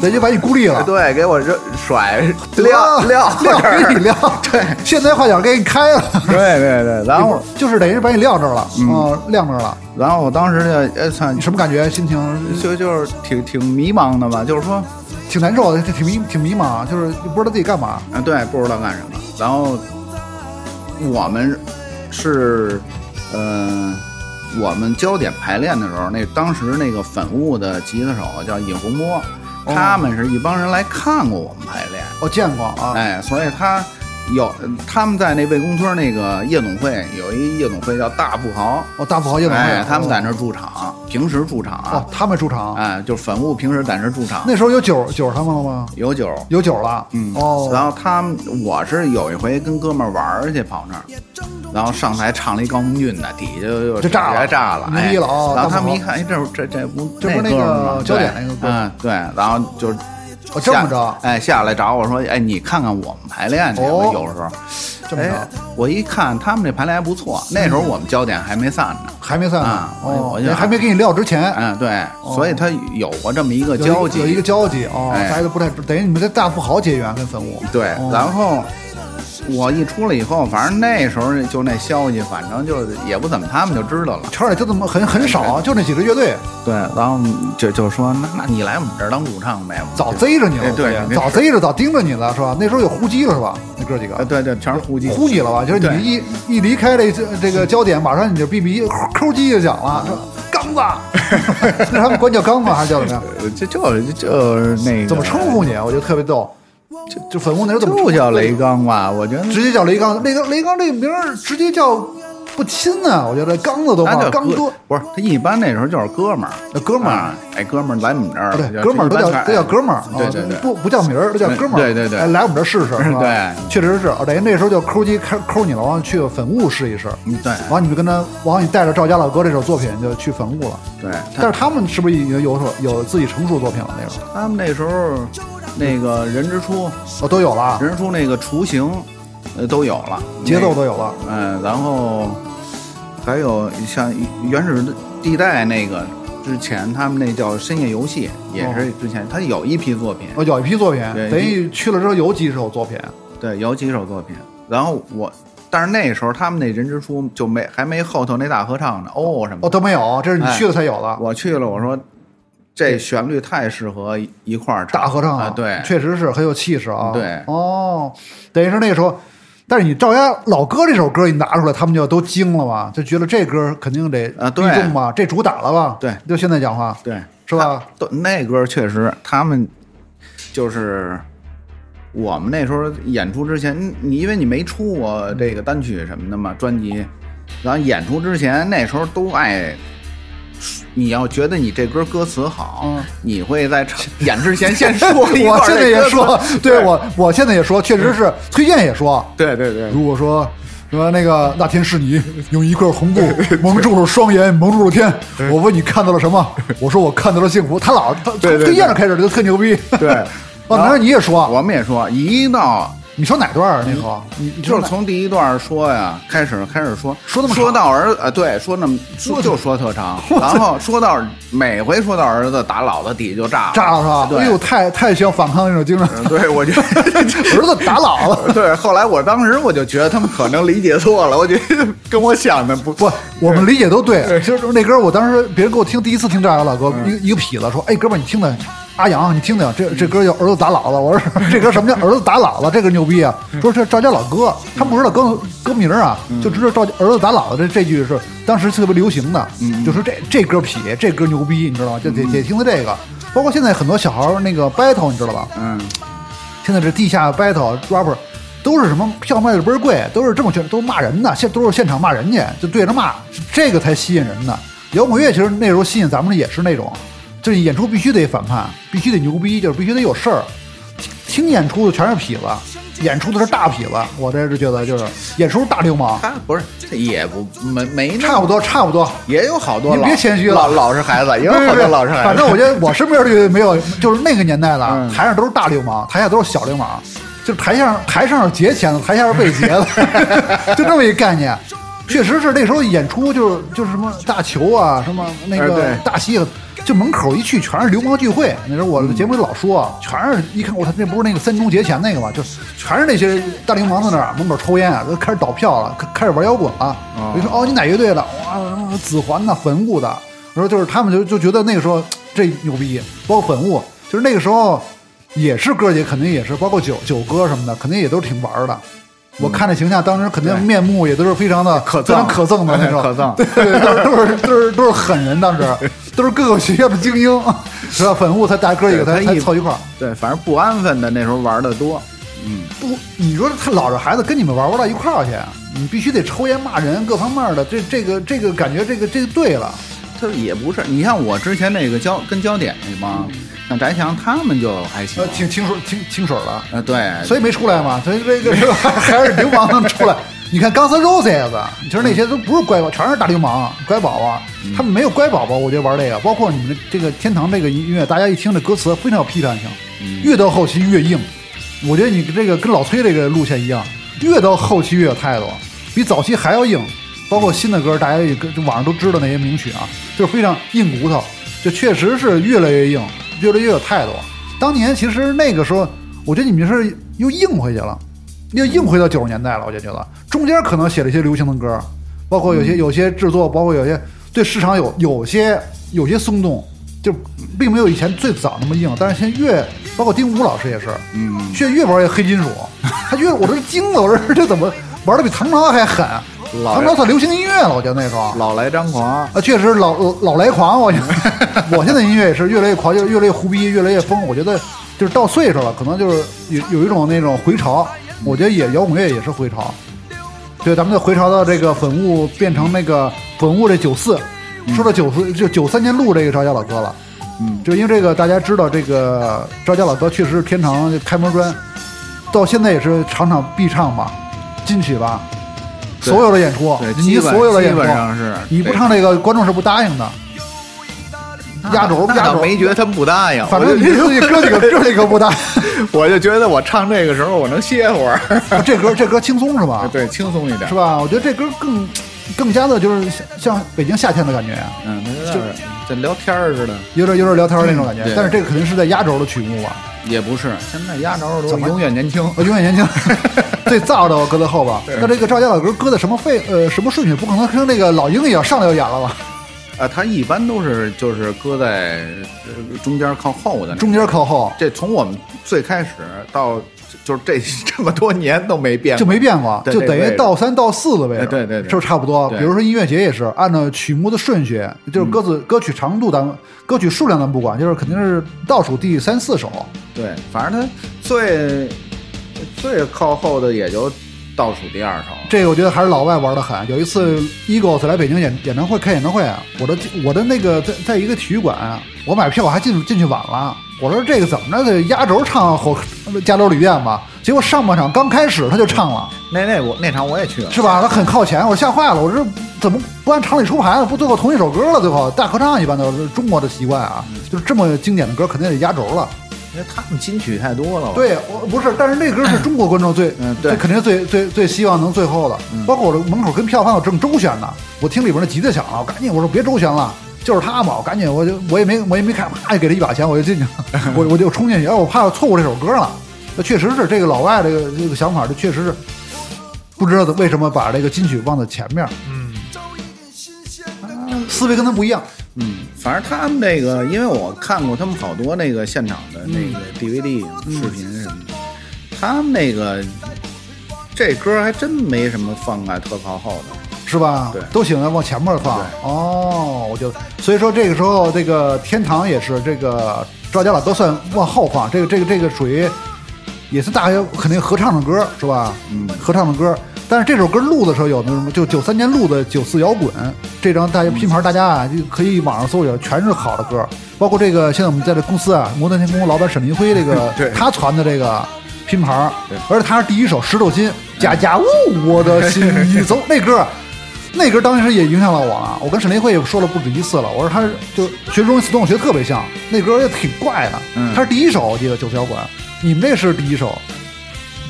S1: 人家把你孤立”了，
S2: 对，给我扔甩撂撂
S1: 撂
S2: 这
S1: 给你
S2: 儿，
S1: 撂，
S2: 对，
S1: 现在话讲给你开了，
S2: 对对对。然后
S1: 就是等于是把你撂这儿了，嗯，晾这儿了，
S2: 然后我当时就哎操
S1: 你，什么感觉？心情呃
S2: 就就是挺挺迷茫的吧，就是说，
S1: 挺难受的，挺挺迷挺迷茫，啊就是不知道自己干嘛。
S2: 啊，对，不知道干什么。然后我们是，呃，我们焦点排练的时候，那当时那个粉雾的吉他手叫尹洪波，
S1: 哦
S2: 他们是一帮人来看过我们排练，
S1: 我见过啊，
S2: 哎，所以他有他们在那魏公村那个夜总会有一夜总会叫大富豪，
S1: 我大富豪夜总
S2: 哎
S1: 会，，啊
S2: 他们在那儿驻场，平时驻场
S1: 哦
S2: 啊，，
S1: 他们出场，
S2: 哎，就是粉雾平时在那儿驻场，
S1: 那时候有酒酒他们了吗？
S2: 有酒。
S1: 有酒了，
S2: 嗯，然
S1: 哦，
S2: 后他们，我是有一回跟哥们儿玩儿去跑那儿，然后上台唱了一高明俊的，底下就
S1: 就炸了
S2: 直接炸了，
S1: 牛
S2: 哎，
S1: 逼了哦
S2: 然后
S1: 大
S2: 他
S1: 富豪
S2: 们一看，哎，这这这不
S1: 这不是那
S2: 哥们儿
S1: 个
S2: 吗
S1: 焦点
S2: 对
S1: 那个哥们儿
S2: 嗯，对，然后就
S1: 哦这么
S2: 下
S1: 着
S2: 哎，下来找我说，哎，你看看我们排练去，
S1: 哦
S2: 我有时候，
S1: 这么
S2: 哎
S1: 着，
S2: 我一看他们这排练还不错，那时候我们焦点还没散呢，
S1: 还没散呢
S2: 啊，
S1: 哦
S2: 我就，
S1: 还没给你撂之前，
S2: 嗯，对，所以他有过这么一个
S1: 哎哦有一个
S2: 交集，
S1: 有一个交集哦，
S2: 哎
S1: 大家都不太等于你们跟大富豪结缘跟粉雾，
S2: 对，
S1: 哦
S2: 然后我一出来以后，反正那时候就那消息，反正就是也不怎么，他们就知道了。
S1: 圈里就这么很很少，就那几支乐队
S2: 对，然后就就说那那你来我们这儿当主唱呗，
S1: 早贼着你
S2: 哎
S1: 了，
S2: 对
S1: 我
S2: 肯
S1: 估
S2: 定
S1: 计
S2: 是
S1: 早贼着早盯着你了是吧？那时候有呼机了是吧？那哥几
S2: 呃
S1: 个
S2: 对对，全是呼机
S1: 呼你了吧？就是
S2: 对
S1: 你一一离开这这个焦点，马上你就哔哔扣机就响了，说刚 子，那他们管你叫刚子还是叫什么呀？
S2: 呃这就就是那个
S1: 怎么称呼你啊？我就特别逗，就就粉雾那时候怎么
S2: 就叫
S1: 雷。
S2: 雷刚吧，我觉得
S1: 直接叫雷刚，雷刚雷刚这个名儿直接叫不亲啊，我觉得刚子都
S2: 他
S1: 忘了，
S2: 叫
S1: 刚
S2: 哥
S1: 哥，
S2: 不是他一般那时候就是哥们儿，
S1: 哥们儿
S2: 啊，哎哥们儿来我们这儿
S1: 啊，
S2: 了，
S1: 对，
S2: 就
S1: 哥们儿都叫都
S2: 一般全哎
S1: 叫哥们儿，啊
S2: 对对对，
S1: 不不叫名儿，都叫哥们儿，
S2: 对对对
S1: 哎来我们这儿试试，是吧
S2: 对
S1: 确实是，啊等于那时候就抠机开抠你了，完了去粉雾试一试，
S2: 嗯对
S1: 完了你就跟他，完了你带着赵家老哥这首作品就去粉雾了，
S2: 对，
S1: 但是他们是不是已经有首有自己成熟作品了那时
S2: 他们那时候那个人之初，
S1: 候，哦，都有了啊，
S2: 人之初那个雏形，呃都有了，
S1: 节
S2: 那
S1: 奏
S2: 个
S1: 都有了，
S2: 嗯，然后还有像原始地带那个之前他们那叫深夜游戏，也是之前他有一批作品，
S1: 哦，有一批作品，
S2: 对
S1: 等于去了之后有几首作品，
S2: 对，有几首作品。然后我，但是那时候他们那人之初就没还没后头那大合唱呢，哦什么
S1: 哦，
S2: 的。
S1: 都没有，这是你
S2: 哎
S1: 去了才有的。
S2: 我去了，我说这旋律太适合一块儿唱
S1: 大合唱
S2: 啊，对，
S1: 确实是很有气势啊。
S2: 对
S1: 哦，等于是那个时候，但是你赵家老歌这首歌一拿出来，他们就都惊了吧，就觉得这歌肯定得
S2: 啊
S1: 必
S2: 对
S1: 中吧，这主打了吧？
S2: 对啊
S1: 就现在讲话
S2: 对。
S1: 是吧？
S2: 对，那歌儿确实，他们就是我们那时候演出之前，你你因为你没出过这个单曲什么的嘛，专辑，然后演出之前那时候都爱。你要觉得你这歌歌词好，
S1: 嗯
S2: 你会在唱演之前 先说 一 段
S1: 我现在也
S2: 这歌
S1: 说
S2: 词，
S1: 对我我现在也说，确实是推荐也说，
S2: 对对对，
S1: 如果说。说那个那天是你用一块红布蒙住了双眼，蒙住了天。我问你看到了什么？我说我看到了幸福。他老他
S2: 对 对
S1: 推荐着开始就特牛逼。
S2: 对，
S1: 哦，难道你也说？
S2: 我们也说一到
S1: 你说哪段儿？啊那时候你你
S2: 就是
S1: 从
S2: 从第一段说呀开始开始说
S1: 说那么长
S2: 说到儿子，呃对，说那么说就说 特长，然后说到每回说到儿子打老子底就炸了
S1: 炸了是吧？
S2: 对
S1: 哎呦，太太需要反抗那种精神。
S2: 嗯 对，我觉得。
S1: 儿子打老了，
S2: 对，后来我当时我就觉得他们可能理解错了，我觉得跟我想的不不
S1: 我们理解都对。就是那歌，我当时别人给我听第一次听这个老歌，一个
S2: 嗯
S1: 一个痞子说：“哎，哥们儿，你听听，阿阳，你听听，这这歌叫《儿子打老了》。”我说：“ 这歌什么叫儿子打老了？这歌牛逼啊！”
S2: 嗯
S1: 说这赵家老哥，他不知道歌歌名啊，就知道赵家儿子打老了这这句是当时特别流行的，
S2: 嗯
S1: 就说这这歌痞，这歌牛逼，你知道吗？就得得听的这个。包括现在很多小孩儿那个 battle，你知道吧？
S2: 嗯，
S1: 现在这地下 battle rapper 都是什么票卖的倍儿贵，都是这么去，都骂人的，现都是现场骂人去，就对着骂，这个才吸引人的。摇滚乐其实那时候吸引咱们的也是那种，就是演出必须得反叛，必须得牛逼，就是必须得有事儿。听听演出的全是痞子，演出的是大痞子，我这是觉得就是演出是大流氓，
S2: 他不是这也不没没那么
S1: 差不多差不多。
S2: 也有好多
S1: 你
S2: 老
S1: 别谦虚了
S2: 老老实孩子也有
S1: 对
S2: 好
S1: 对
S2: 多
S1: 对，
S2: 老实孩子。
S1: 反正我觉得我身边这没有，就是那个年代了，
S2: 嗯
S1: 台上都是大流氓，台下都是小流氓，就是台上台上是劫钱的，台下是被劫 的， 就这么一概念。确实是那时候演出就是就是什么大球啊，什么那
S2: 哎
S1: 个
S2: 对
S1: 大西啊，就门口一去全是流氓聚会。那时候我的节目里老说啊，全是一看我操，那不是那个三中节前那个吗？就全是那些大流氓在那儿门口抽烟啊，都开始倒票了，开开始玩摇滚了。我就说哦，你哪乐队的？哇，什么紫环呐，粉雾的。我说就是他们就就觉得那个时候这牛逼，包括粉雾，就是那个时候也是哥姐，肯定也是，包括九九哥什么的，肯定也都挺玩儿的。我看这形象，当时肯定
S2: 嗯对
S1: 面目也都是非常的
S2: 可憎
S1: 非常可憎的那种，
S2: 可憎
S1: 对对，对都是都是都是都是狠人，当时都是各个学校的精英，是吧？粉雾才大哥几个才
S2: 对他
S1: 才
S2: 一
S1: 凑一块儿。
S2: 对，反正不安分的那时候玩的多。
S1: 不，你说他老着孩子跟你们玩不到一块儿去，你必须得抽烟骂人，各方面的，这这个这个感觉，这个这个对了。
S2: 他也不是，你像我之前那个焦跟焦点那帮，像翟翔他们就还行
S1: 呃，。挺清水清清水了，
S2: 呃，对，
S1: 所以没出来嘛。所以这个还 还是流氓能出来。你看刚才 Roses，其实那些都不是乖宝，全是大流氓、乖宝宝。他们没有乖宝宝，我觉得玩这个，包括你们这个天堂这个音乐，大家一听这歌词非常有批判性，越到后期越硬。我觉得你这个跟老崔这个路线一样，越到后期越有态度，比早期还要硬。包括新的歌，大家也跟就网上都知道那些名曲啊，就是非常硬骨头，就确实是越来越硬，越来越有态度。当年其实那个时候，我觉得你们是又硬回去了，又硬回到九十年代了。我就觉得中间可能写了一些流行的歌，包括
S2: 嗯
S1: 有些有些制作，包括有些对市场有有些有些松动，就并没有以前最早那么硬。但是现在越包括丁武老师也是，
S2: 嗯，
S1: 现在越玩越黑金属，他越我都惊了，我说这怎么玩的比唐朝还狠？
S2: 老
S1: 唐朝算流行音乐了，我觉得那时候。
S2: 老来张狂。
S1: 啊，确实老老来狂，我觉得 我现在音乐也是越来越狂，就越来越胡逼，越来越疯。我觉得就是到岁数了，可能就是有有一种那种回潮，我觉得也摇滚乐也是回潮。对，咱们就回潮到这个粉雾变成那个粉雾这九四，说到九四就九三年录这个赵家老哥了，
S2: 嗯，
S1: 就因为这个大家知道这个赵家老哥确实是天堂开门砖，到现在也是场场必唱吧，金曲吧，
S2: 对
S1: 所有的演出
S2: 对，，
S1: 你
S2: 基本
S1: 所有的
S2: 基
S1: 演出
S2: 本。上是
S1: 你不唱这个，观众是不答应的。压轴
S2: 那
S1: 压
S2: 倒
S1: 轴
S2: 没觉得他们不答应，
S1: 反
S2: 我
S1: 正你
S2: 就
S1: 自己哥几个，哥几个不答。
S2: 我就觉得我唱这个时候我能歇 会儿，
S1: 这歌这歌轻松是吧？
S2: 对，轻松一点
S1: 啊是。吧？我觉得这歌更更加的就是像像北京夏天的感觉，
S2: 嗯，就是这聊天儿似的，
S1: 有点有点聊天那种感觉
S2: 嗯。对
S1: 但是这个肯定是在压轴的曲目吧？
S2: 也不是。现在压轴都
S1: 怎么
S2: 永远年 轻，
S1: 我永远年轻，最燥的我搁在后边。那这个赵家老哥搁在什么费呃什么顺序？不可能跟那个老鹰也要上来就演了吧？
S2: 啊，他一般都是就是搁在呃中间靠后的那种。
S1: 中间靠后
S2: 这从我们最开始到就是这 这么多年都没变过，
S1: 就没变过，
S2: 对
S1: 就
S2: 这
S1: 等
S2: 位
S1: 于
S2: 置
S1: 到三到四的位置，
S2: 哎对对对
S1: 是不是差不多？比
S2: 对嗯
S1: 如说音乐节也是按照曲目的顺序，就是歌词、歌曲长度咱们歌曲数量咱们不管，就是肯定是倒数第三四首，
S2: 对，反正他最最靠后的也就倒数第二首。
S1: 这个我觉得还是老外玩的狠。啊有一次 Eagles 来北京演演唱会开演唱会，啊我的我的那个在在一个体育馆，啊我买票我还进进去晚了。我说这个怎么着得压轴唱后加州旅店吧？结果上半场刚开始他就唱了，
S2: 那那我那场我也去了，
S1: 是吧？他很靠前，我吓坏了，我说怎么不按常理出牌呢？不最后同一啊首歌了？最后大合唱一般都是中国的习惯啊，就是这么经典的歌肯定得压轴了。
S3: 因为他们金曲太多了。，
S1: 对，我不是，但是那歌是中国观众最，
S2: 哦嗯对嗯
S1: 最肯定最最最希望能最后的。包括我这门口跟票贩子正周旋呢，我听里边那吉他响了，我赶紧我说别周旋了，就是他嘛，我赶紧我就我也没我也没看，啪就给他一把钱，我就进去 了，我我就冲进去，哎，我怕我错过这首歌了。那确实是这个老外这个这个想法，这确实是不知道为什么把这个金曲放在前面，
S3: 嗯，
S1: 思维跟他不一样。
S2: 嗯，反正他们这个，因为我看过他们好多那个现场的那个 DVD、视频什么的，他们那个这歌还真没什么放在特靠后的。
S1: 是吧？
S2: 对
S1: 都喜欢往前面放
S2: 对。
S1: 哦，我就所以说这个时候，这个天堂也是这个赵家老都算往后放，这个这个这个属于也是大家肯定合唱的歌是吧？嗯，合唱的歌。但是这首歌录的时候有那什么，就九三年录的九四摇滚这张大家拼盘，大家啊就可以网上搜一下，全是好的歌，包括这个现在我们在这公司啊，摩登天空老板沈林辉这个
S2: 对
S1: 他传的这个拼盘儿
S2: 对，
S1: 而且他是第一首《石头心》，家家呜，我的心 已走那歌儿，那歌儿当时也影响了我了。我跟沈林慧也说了不止一次了，我说他就学中文词动学得特别像，那歌儿也挺怪的。
S2: 嗯
S1: 他是第一首，我记得九四摇滚，你们这是第一首，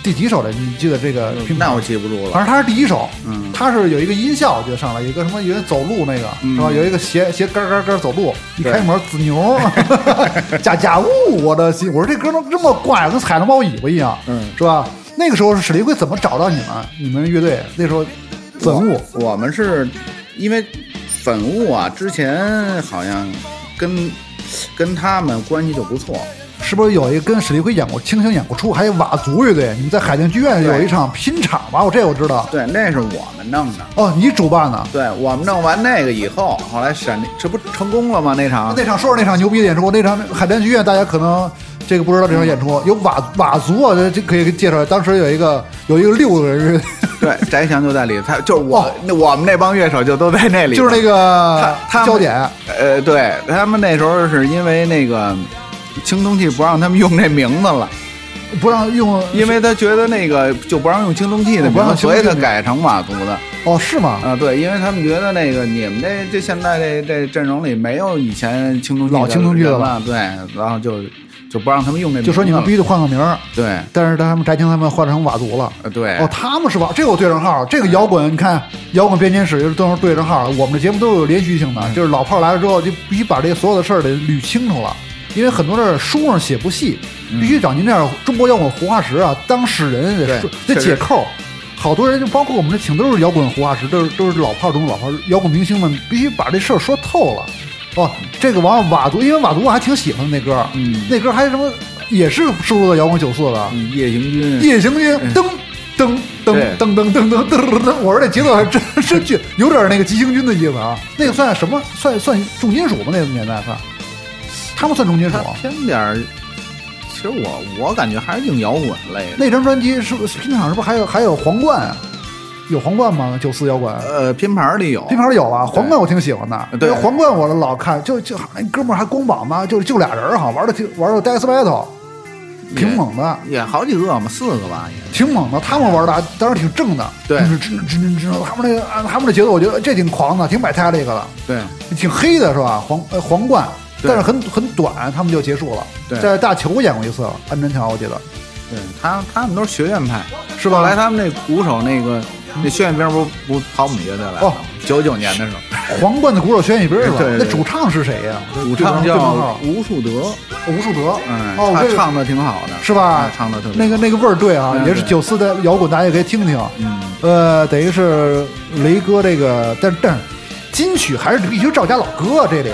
S1: 第几首来？你记得这个拼
S2: 嗯那
S1: 盘
S2: 我？记不住了。
S1: 反正他是第一首，
S2: 嗯
S1: 他是有一个音效，我记得上来有一个什么有人走路那个、
S2: 嗯
S1: 是吧？有一个鞋鞋嘎嘎嘎走路，一
S2: 对
S1: 开门紫牛， 假假物，我的心，我说这歌怎么这么怪，跟踩了猫尾巴一样，
S2: 嗯
S1: 是吧？那个时候是史立辉怎么找到你们？你们乐队那时候粉雾，
S2: 我们是因为粉雾啊，之前好像跟跟他们关系就不错。
S1: 是不是有一个跟史立辉演过《清醒》演过出，还有佤族乐队，你们在海淀剧院有一场拼场吧？我这我知道。
S2: 对，那是我们弄的。
S1: 哦，你主办的
S2: 对我们弄完那个以后，后来闪，这不成功了吗？那场
S1: 啊那场说是那场牛逼的演出，那场海淀剧院大家可能这个不知道这场演出有佤佤族啊，这这可以给介绍。当时有一个有一个六个人乐队，
S2: 对，翟翔就在里头，他就是我、
S1: 哦
S2: 那我们那帮乐手就都在那里头，
S1: 就是那个
S2: 他他们
S1: 焦点，
S2: 呃，对他们那时候是因为那个青铜器不让他们用这名字了，
S1: 不让用，
S2: 因为他觉得那个就不让用青铜器的
S1: 哦不
S2: 名
S1: 让
S2: 字，
S1: 用青铜
S2: 所
S1: 器
S2: 以
S1: 的
S2: 他
S1: 名字
S2: 改成佤族的
S1: 哦是吗？
S2: 啊，对，因为他们觉得那个你们这这现在这这阵容里没有以前青铜器的
S1: 老青铜器的
S2: 人
S1: 了
S2: 了，对，然后就就不让他们用这名字了，
S1: 就说你们必须得换个名儿，
S2: 对，
S1: 但是他们翟青他们换成佤族了。
S2: 呃对，
S1: 哦，他们是吧？这个我对上号，这个摇滚，你看摇滚编年史就是都是对上号。我们的节目都有连续性
S2: 嗯
S1: 的，就是老炮儿来了之后，就必须把这些所有的事儿得捋清楚了，因为很多事儿书上写不细，
S2: 嗯
S1: 必须找您这样中国摇滚活化石啊，当事人得
S2: 对
S1: 说得
S2: 确实
S1: 解扣。好多人就包括我们这请都是摇滚活化石，都是都是老炮儿中的老炮儿，摇滚明星们必须把这事儿说透了。哦，这个王瓦族，因为瓦族我还挺喜欢那歌，
S2: 嗯
S1: 那歌还什么也是收录到摇滚九四的，
S2: 嗯夜行军，
S1: 夜行军噔噔噔
S2: 嗯对
S1: 噔噔噔噔噔噔，我说这节奏还真真去，有点那个急行军的意思啊。那个算什么？算算重金属吗？那个年代算，他们算重金属啊
S2: 他。偏点儿，其实我我感觉还是硬摇滚类的。
S1: 那张专辑是不是拼场是不是还有还有皇冠啊？有皇冠吗？九四摇滚
S2: 呃，拼盘儿里有，
S1: 拼盘儿有啊，皇冠我挺喜欢的。
S2: 对
S1: 因为皇冠我老看，就就那哥们儿还光膀子，就就俩人儿哈，玩的挺玩的 death battle，挺猛的。
S2: 也好几个嘛，四个吧也。
S1: 挺猛的，他们玩的当然挺正的，
S2: 对
S1: 就是吱吱吱吱吱，他们那个按他们的节奏，我觉得这挺狂的，挺摆态这个的，
S2: 对，
S1: 挺黑的是吧？皇呃皇冠，
S2: 对
S1: 但是很很短，他们就结束了。
S2: 对
S1: 在大球演过一次，安贞桥我记得啊
S2: 对他他们都是学院派，
S1: 是
S2: 后来
S1: 吧？
S2: 他们那鼓手那个那薛远兵不不跑我们乐队来
S1: 哦
S2: 了？九九年的时候，
S1: 皇冠的鼓手轩一斌是吧
S2: 对对？
S1: 那
S2: 对
S1: 主唱是谁呀？
S2: 主
S1: 对
S2: 唱
S1: 对方
S2: 叫
S1: 号
S2: 吴树德，
S1: 吴树德，
S2: 嗯，
S1: 哦，
S2: 他
S1: 这个
S2: 唱的挺好的，
S1: 是吧
S2: 嗯？唱的特别
S1: 那个那个味儿对啊，
S2: 嗯
S1: 也是
S2: 对
S1: 九四的摇滚，大家也可以听听。
S2: 嗯，
S1: 呃，等于是雷哥这个，但但是金曲还是必须赵家老哥这里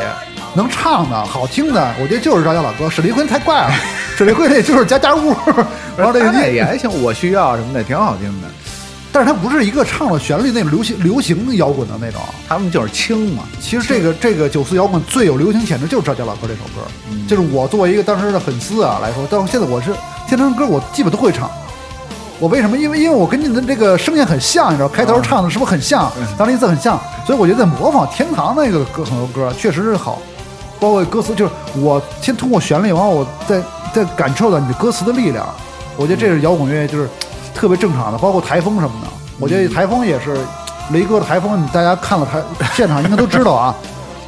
S1: 能唱的好听的，我觉得就是赵家老哥。史立坤太 怪了，史立坤这就是家家屋， 然后这个
S2: 那
S1: 你
S2: 也，还行，我需要什么的挺好听的，
S1: 但是他不是一个唱了旋律那种流行流行摇滚的那种。
S2: 他们就是轻嘛，
S1: 其实这个这个九四摇滚最有流行潜质就是赵家老哥这首歌，
S2: 嗯
S1: 就是我作为一个当时的粉丝啊来说，但现在我是现场歌我基本都会唱。我为什么？因为因为我跟你的这个声线很像，你知道，开头唱的是不是很像？当时音色很像，所以我觉得在模仿天堂那个歌很多歌确实是好，包括歌词，就是我先通过旋律，然后我再再感受到你的歌词的力量。我觉得这是摇滚乐就是特别正常的，包括台风什么的。我觉得台风也是雷哥的台风，你大家看了台现场应该都知道啊，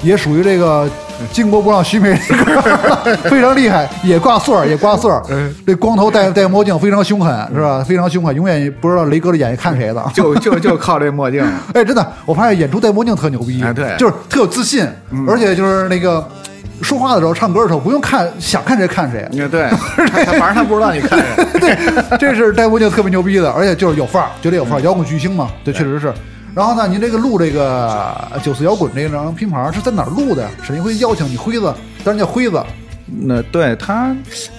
S1: 也属于这个
S2: 嗯
S1: 巾帼不让须眉，非常厉害，也挂穗儿，也挂 穗儿。
S2: 嗯
S1: 这光头戴戴墨镜，非常凶狠，是吧？非常凶狠，永远不知道雷哥的眼睛看谁的。
S2: 就就就靠这墨镜，
S1: 哎，真的，我发现演出戴墨镜特牛逼，
S2: 哎对嗯
S1: 就是特有自信，而且就是那个说话的时候、唱歌的时候，不用看想看谁看谁。
S2: 你看对，他他反正他不知道你看谁。
S1: 对，这是戴墨镜特别牛逼的，而且就是有范儿，绝对有
S2: 嗯
S1: 范儿，摇滚巨星嘛，这确实是。然后呢，您这个录这个九四摇滚这张拼盘是在哪儿录的？沈一辉邀请你辉子，当然叫辉子，
S3: 那对他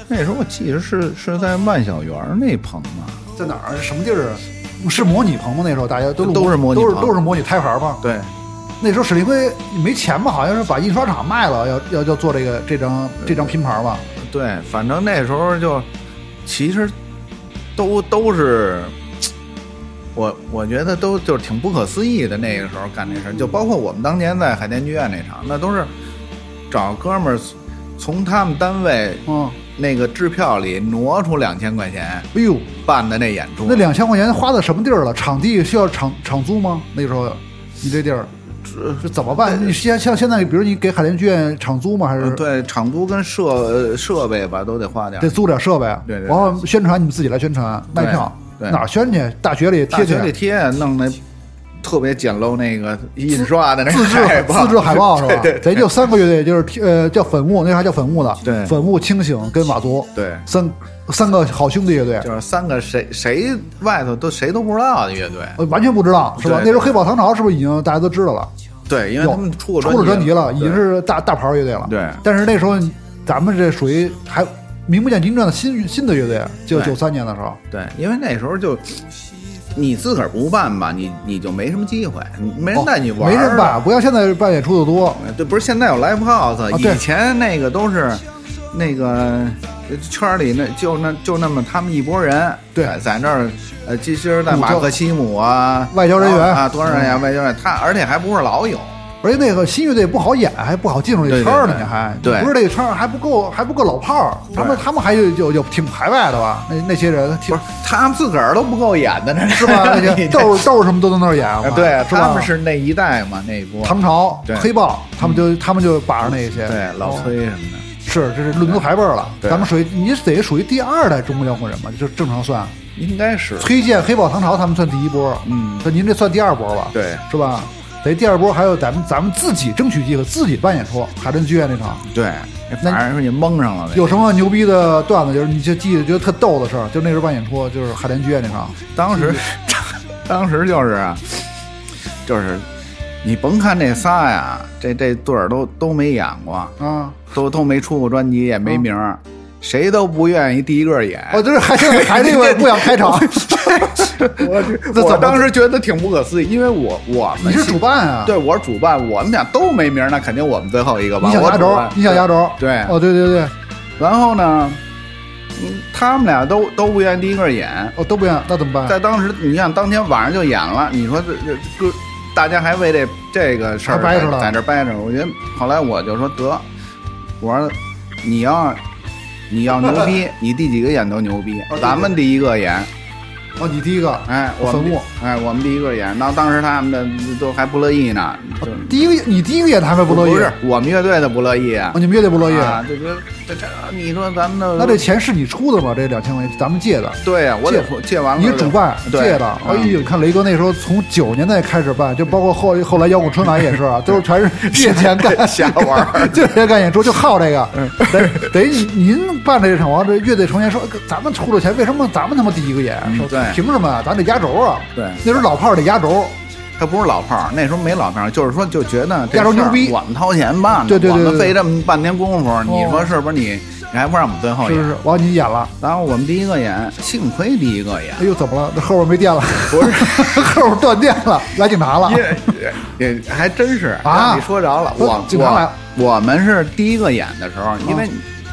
S3: 那时候我记得是是在万小园那棚嘛，
S1: 在哪儿？啊什么地儿？啊是模拟棚吗？那时候大家都录
S3: 都是模拟
S1: 都是
S3: 棚
S1: 都是模拟胎盘吗？
S2: 对，
S1: 那时候沈一辉没钱吧？好像是把印刷厂卖了，要要要做这个这张这张拼盘吧？
S3: 对，
S2: 反正那时候就其实都都是。我我觉得都就是挺不可思议的，那个时候干这事儿，就包括我们当年在海淀剧院那场，那都是找哥们儿从他们单位
S1: 嗯，
S2: 那个支票里挪出两千块钱
S1: 哎呦，
S2: 办的那演出。
S1: 那两千块钱花在什么地儿了？场地需要场场租吗？那时候你这地儿是怎么办？你现在像现在，比如你给海淀剧院场租吗？还是
S2: 嗯对场租跟设呃设备吧都得花点儿
S1: 得。租点设备？
S2: 对对对
S1: 然后宣传你们自己来宣传卖票，
S2: 对
S1: 哪儿宣去？大学里
S2: 大
S1: 贴去啊
S2: 学。里贴弄那特别简陋那个印刷的那
S1: 自制
S2: 海报，
S1: 自制海报是吧？
S2: 对
S1: 咱就三个乐队，就是贴呃叫粉雾，那还叫粉雾的，
S2: 对
S1: 粉雾、清醒跟佤族，
S2: 对
S1: 三三个好兄弟乐队，
S2: 就是三个谁谁外头都谁都不知道的乐队。
S1: 呃完全不知道是吧？
S2: 对对
S1: 那时候黑豹唐朝是不是已经大家都知道了？
S2: 对，因为
S1: 有
S2: 他们出过
S1: 出了专辑了，已经
S2: 对
S1: 是大大牌乐队了。
S2: 对
S1: 但是那时候咱们这属于还名不见经传的新新的乐队，就
S2: 对
S1: 九三年的时候，
S2: 对，因为那时候就你自个儿不办吧，你你就没什么机会，没人带你玩、
S1: 哦
S2: 啊
S1: 没人办，。不像现在办演出的多。
S2: 哎对，不是现在有 live house，、
S1: 哦对
S2: 以前那个都是那个呃圈儿里那就那就那么他们一拨人，
S1: 对
S2: 在在那儿呃，其实在马克西姆啊，
S1: 外交人员嗯
S2: 啊，多少人呀、外交人员，他而且还不是老友，
S1: 而且那个新乐队不好演，还不好进入这
S2: 对对
S1: 圈儿呢，
S2: 对
S1: 你还
S2: 对
S1: 不是这个圈儿还不够，还不够老炮儿，他们他们还有有有挺排外的吧？那那些人
S2: 不
S1: 挺
S2: 是他们自个儿都不够演 的，那
S1: 是吧？那些豆豆什么都在那儿演
S2: 啊，，
S1: 我
S2: 对，
S1: 看是
S2: 他
S1: 吧
S2: 们？是那一代嘛，那一波，
S1: 唐朝
S2: 对、嗯
S1: 黑豹，他们就他们就把着那些，
S2: 对老
S1: 哦
S2: 崔什么的，
S1: 是，这是论资排辈儿了。
S2: 对
S1: 咱们属于你得属于第二代中国摇滚人吧，就正常算。
S2: 应该是
S1: 崔健、黑豹、唐朝他们算第一波，
S2: 嗯，
S1: 那您这算第二波吧？
S2: 对，
S1: 是吧？得第二波还有咱们咱们自己争取机会，自己办演出，海淀剧院那场。
S2: 对，
S1: 那
S2: 反正也蒙上了呗。
S1: 有什么牛逼的段子？就是你就记得觉得特逗的事儿，就那时候办演出，就是海淀剧院那场，
S2: 当
S1: 嗯
S2: 时， 当时就是啊，就是你甭看这仨呀，这这对儿都都没演过，
S1: 啊，
S2: 都都没出过专辑，也没名儿，谁都不愿意第一个演。
S1: 嗯哦，就是还是还那个不想开 场，
S2: 我
S1: 这怎
S2: 我
S1: 么
S2: 当时觉得挺不可思议，因为我我
S1: 你
S2: 们
S1: 是
S2: 心
S1: 主，办啊？
S2: 对，我是主办，我们俩都没名儿，那肯定我们最后一个吧。
S1: 你想
S2: 我
S1: 压
S2: 主
S1: 轴
S2: 办，
S1: 你想压轴，
S2: 对
S1: 哦，对对对，
S2: 然后呢，嗯他们俩都都不愿意第一个演，
S1: 哦，都不想，那怎么办？
S2: 在当时，你像当天晚上就演了，你说这这歌，大家还为这这个事儿
S1: 还掰扯了
S2: 在在这儿掰扯。我觉得后来我就说得，我说你要你要牛 逼，你第几个演都牛逼
S1: 哦对，
S2: 咱们第一个演，
S1: 哦，你第一个，
S2: 哎，我
S1: 坟
S2: 们
S1: 墓
S2: 哎，我们第一个演。那当时他们的都还不乐意呢，就
S1: 第一个你第一个演的还没嗯不乐意，
S2: 不是我们乐队的不乐意啊
S1: 哦，，你们乐队不乐意，
S2: 啊，就觉得这这你说咱们的
S1: 那这钱是你出的吗？这两千块钱咱们借的，
S2: 对呀，我得
S1: 借
S2: 借完了
S1: 你
S2: 我得
S1: 主办
S2: 对
S1: 借的。哎
S2: 嗯
S1: 呦，你看雷哥那时候从九十年代开始办，就包括后后来摇滚春晚也是 啊，都是全是借钱干
S2: 瞎玩儿
S1: 借钱干演出， 就好这个。
S2: 嗯
S1: 得得您办这场，完这乐队成员说，咱们出了钱，为什么咱们他妈第一个演？说
S2: 嗯对
S1: 凭什么啊？咱得压轴啊！
S2: 对
S1: 那时候老炮儿得压轴。
S2: 他不是老炮儿，那时候没老炮儿，就是说就觉得这
S1: 亚洲牛逼
S2: 事儿我们掏钱办的，
S1: 对对对对哦
S2: 我们费这么半天功夫，你说是不是你？你还不让我们最后
S1: 是
S2: 演？
S1: 是是，完了你演了，
S2: 然后我们第一个演，幸亏第 一个演
S1: 哎，呦，怎么了？这后边没电了， 不是后边断电了，来警察了。
S2: 也也还真是
S1: 啊
S2: 让你说着了，
S1: 不
S2: 我
S1: 警察来了
S2: 我我们是第一个演的时候，因为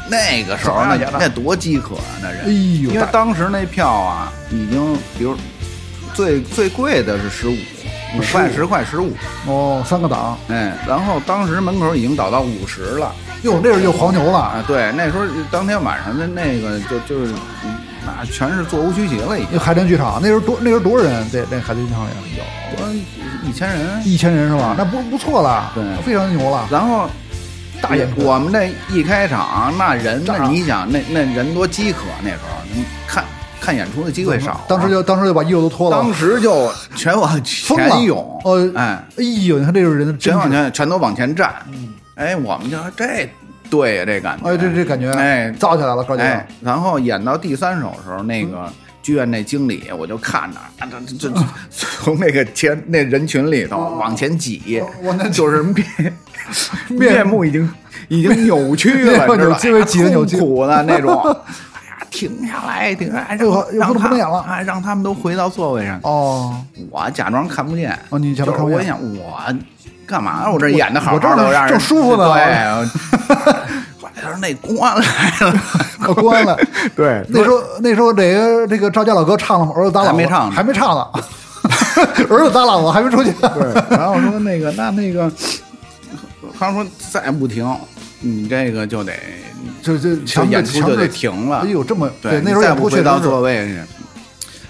S2: 那个时候
S1: 手上
S2: 那
S1: 演的
S2: 那多饥渴啊，那人，
S1: 哎呦
S2: 因为
S1: 大
S2: 当时那票啊，已经比如最最贵的是十五，五块十块十五，
S1: 哦，三个档，
S2: 哎，然后当时门口已经倒到五十了。
S1: 哟，那时候就黄牛了，
S2: 啊，对，那时候当天晚上的那个就就是，嗯那全是座无虚席了，已经
S1: 那海淀剧场那时候多那时候多少人？在那海淀剧场里有
S2: 有一千人。
S1: 一千人是吧？那不不错了，
S2: 对
S1: 非常牛了。
S2: 然后
S3: 大演出，
S2: 我们那一开场，那人
S3: 炸
S2: 那你想，那那人多饥渴，那时候你看看演出的机会少啊，
S1: 当时就当时就把衣服都脱了，
S2: 当时就全往
S1: 疯了
S2: 前涌，
S1: 呃，
S2: 哎，
S1: 哎呦，你看这就是人的真
S2: 全往
S1: 挚，
S2: 前全都往前站，哎，我们就说这对呀，这感觉，
S1: 嗯哎，这这感觉，
S2: 哎
S1: 燥起来了，高姐，
S2: 哎，然后演到第三首的时候，那
S1: 嗯
S2: 个剧院那经理，我就看着，啊这这这从那个前那人群里头往前挤，
S1: 哦我那
S2: 就是面面目已经已经扭曲
S1: 面
S2: 了，
S1: 目
S2: 知道
S1: 扭
S2: 吧
S1: 曲了挤得扭曲
S2: 痛苦了那 种。哎呀，停下来，停下来，哎
S1: 这会儿
S2: 让
S1: 不能
S2: 他
S1: 不能演了
S2: 哎，让他们都回到座位上。
S1: 哦，
S2: 我假装看不见。
S1: 哦你假装看不
S2: 就是
S1: 见
S2: 我想我干嘛？我这演的好好的，
S1: 我这儿
S2: 让人
S1: 正舒服呢
S2: 对，我 他说那公 安来了，
S1: 我关 了。
S2: 对
S1: 那时候那时候哪个这个赵家老哥唱了吗？儿子打老婆
S2: 还没唱呢
S1: 还没唱呢。 儿子打老婆还没出去。
S2: 对，然后说那个那那个，他说再不停，你这个就得
S1: 就就
S2: 就
S1: 强制
S2: 演出
S1: 强
S2: 就
S1: 制
S2: 得停了
S1: 哎。呦，这么
S2: 对，
S1: 那时候
S2: 你再
S1: 演出
S2: 不
S1: 确
S2: 回
S1: 实
S2: 到
S1: 是
S2: 座位去。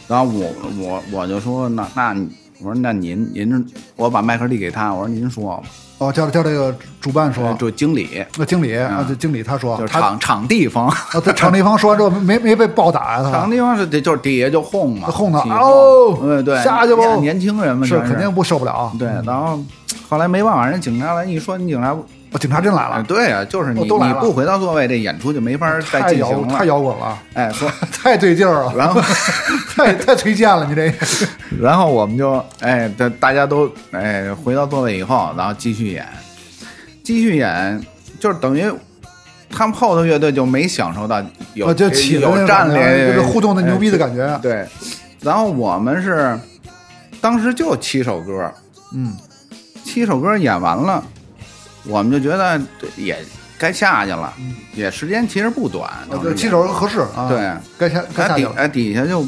S2: 然后我我我就说那那你我说那您您我把麦克递给他，我说您说吧，
S1: 哦，叫叫这个主办说，
S2: 就经理
S1: 那经理啊，这经理他说
S2: 哎嗯就，是
S1: 他
S2: 场场地方，
S1: 啊，他场地方说完之后没没被暴打呀，
S2: 场
S1: 他
S2: 地方是得就是底下就哄嘛，
S1: 哄他
S2: 起
S1: 哦
S2: 对对，
S1: 下去吧
S2: 年轻人嘛，
S1: 是
S2: 全
S1: 肯定不受不了。
S2: 对。然后后来没办法，人警察来一说，你警察
S1: 哦，警察真来
S2: 啊，
S1: 了，
S2: 对啊，就是你
S1: 哦都来
S2: 你
S1: 了
S2: 不回到座位，这演出就没法再
S1: 太
S2: 进
S1: 摇
S2: 行
S1: 太
S2: 了。
S1: 摇滚了，
S2: 哎，说，
S1: 太对劲儿了，
S2: 然后
S1: 太太推荐了，你这个
S2: 然后我们就哎，大大家都哎回到座位以后，然后继续演，继续演，就是等于他们后头乐队就没享受到有
S1: 哦就起了那
S2: 有
S1: 种
S2: 战
S1: 感觉
S2: 略
S1: 就是互动的牛逼的感觉啊
S2: 哎对，然后我们是当时就七首歌，
S1: 嗯，
S2: 七首歌演完了，我们就觉得这也该下去了，也时间其实不短，当
S1: 嗯哦对，
S2: 时也
S1: 呃七手合适啊，
S2: 对，
S1: 该下该
S2: 哎
S1: 下去
S2: 底
S1: 了，
S2: 哎底下就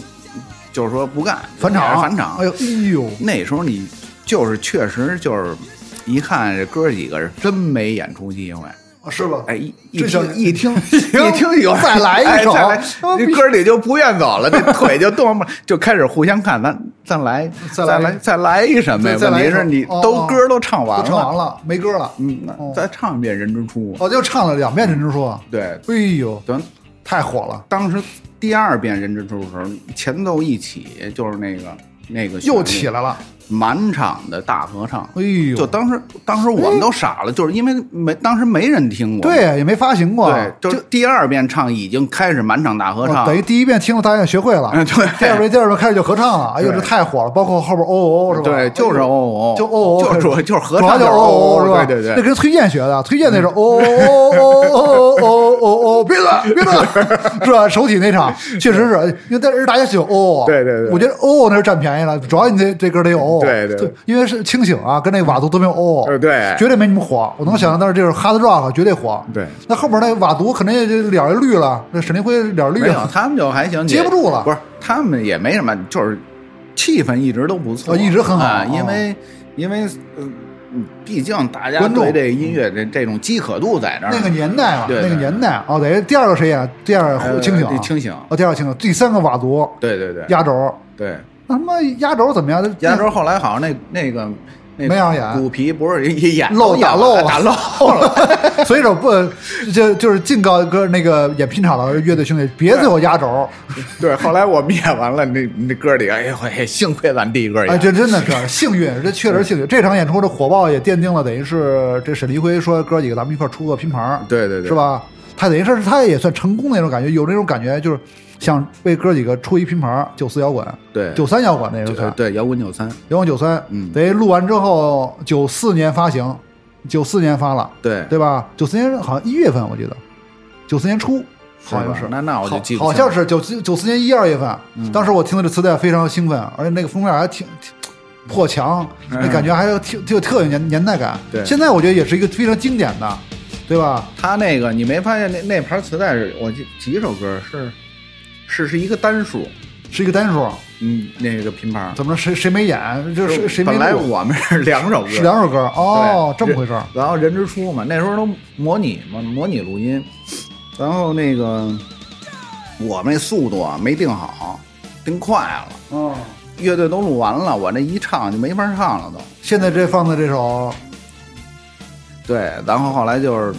S2: 就是说不干
S1: 返场
S2: 返场
S1: 哎。呦哎呦，
S2: 那时候你就是确实就是一看这哥几个是真没演出机会。
S1: 啊是吧？
S2: 哎，一一
S1: 这小
S2: 听 一听
S1: 听
S2: 一听有
S1: 再来一
S2: 哎
S1: 首啊哦
S2: 再来
S1: 他妈
S2: 这
S1: 逼
S2: 哥里就不愿走了， 这腿就动不，就开始互相看，咱再来
S1: 再来
S2: 来再来一什么呀？
S1: 再再
S2: 问
S1: 来一
S2: 题
S1: 首
S2: 是你
S1: 哦
S2: 都
S1: 哦
S2: 歌都唱完
S1: 都
S2: 了，
S1: 唱完了，没歌了，
S2: 嗯，那
S1: 哦
S2: 再唱一遍《人之初》。
S1: 哦，就唱了两遍《珍珠说》，
S2: 对，
S1: 哎呦，
S2: 咱
S1: 太火了，
S2: 当时第二遍《人之初》的时候，前奏一起就是那个那个
S1: 又
S2: 起
S1: 起来了，
S2: 满场的大合唱。
S1: 哎呦，哎
S2: 就当时当时我们都傻了，就是因为没当时没人听过，
S1: 对，也没发行过，
S2: 对，就是第二遍唱已经开始满场大合
S1: 哦
S2: 唱，
S1: 等于第一遍听了大家也学会了，
S2: 嗯对
S1: 第二遍第二遍开始就合唱了，哎呦，
S2: 对
S1: 这太火了，包括后边哦哦哦是吧？
S2: 对，就是哦哦，
S1: 就哦哦，
S2: 就主 就是合
S1: 主要
S2: 唱
S1: 就
S2: 就是
S1: 哦哦
S2: 哦
S1: 哦是吧？
S2: 对对
S1: 那
S2: 对，
S1: 跟崔健学的，崔健那是哦哦哦哦哦哦哦，别乐别乐，是吧？首体那场确实是，因为但是大家喜欢哦，
S2: 对对对
S1: 我觉得哦那是占便宜了，主要你这这歌得有哦，
S2: 对对对，
S1: 因为是清醒啊，跟那个瓦族都没有哦，
S2: 呃对
S1: 绝对没你们火，我能想象，但是这是 hard rock 啊绝对火，
S2: 对
S1: 那后边那瓦族肯定就脸儿绿了，那沈凌辉脸儿绿
S2: 没有
S1: 了，
S2: 他们就还行，
S1: 接不住了
S2: 不是他们也没什么，就是气氛一直都不错，
S1: 哦一直很好
S2: 啊
S1: 哦
S2: 因为因为呃毕竟大家
S1: 观众
S2: 对这音乐这这种饥渴度在这儿，
S1: 那个年代嘛，
S2: 对
S1: 那
S2: 对
S1: 个年代哦，等于第二个谁演？第二
S2: 呃
S1: 个清醒啊，
S2: 清醒，
S1: 哦，第二个清醒，第三个瓦族
S2: 对对对
S1: 压轴。
S2: 对。
S1: 那他妈压轴怎么样？
S2: 压轴后来好像那那个那
S1: 没让演
S2: 骨皮不是也演
S1: 漏
S2: 打
S1: 打漏了
S2: 打漏了，
S1: 所以说不就就是尽告哥那个演拼场的乐队兄弟，别最后压轴，
S2: 对，后来我们演完了，那那哥里哎呦嘿，幸亏咱第一个
S1: 哎，
S2: 演，
S1: 这真的是幸运，这确实幸运。这场演出的火爆也奠定了，等于是这沈黎辉说哥几个咱们一块儿出个拼盘儿，
S2: 对对对，
S1: 是？吧？他等于是他也算成功的那种感觉，有那种感觉就是想为哥几个出一拼盘儿，九四摇滚，
S2: 对
S1: 九三摇滚那时候
S2: 对
S1: 算，
S2: 对，摇滚九三，
S1: 摇滚九三，
S2: 嗯
S1: 等于录完之后九四年发行，九四年发了。
S2: 对
S1: 对吧？九四年好像一月份，我记得，九四年初好像
S2: 吧
S1: 是，
S2: 那那我就
S1: 好
S2: 记不
S1: 好
S2: 清嗯
S1: 像是九四九四年一二月份。当时我听到这磁带非常兴奋，而且那个封面还挺挺破墙，那感觉还有挺挺有特有年年代感。
S2: 嗯对
S1: 现在我觉得也是一个非常经典的，对吧？
S2: 他那个你没发现那那盘磁带是我记几首歌是是是一个单数，
S1: 是一个单数，
S2: 嗯，那个拼盘，
S1: 怎么着谁谁没演，这谁谁没
S2: 本来
S1: 录
S2: 我们是啊两首歌，
S1: 是两首歌哦，
S2: 对
S1: 这么回事儿。
S2: 然后人之初嘛，那时候都模拟嘛，模拟录音，然后那个我那速度啊没定好，定快了，
S1: 哦，
S2: 乐队都录完了，我那一唱就没法唱了都。
S1: 现在这放的这首
S2: 对，然后后来就是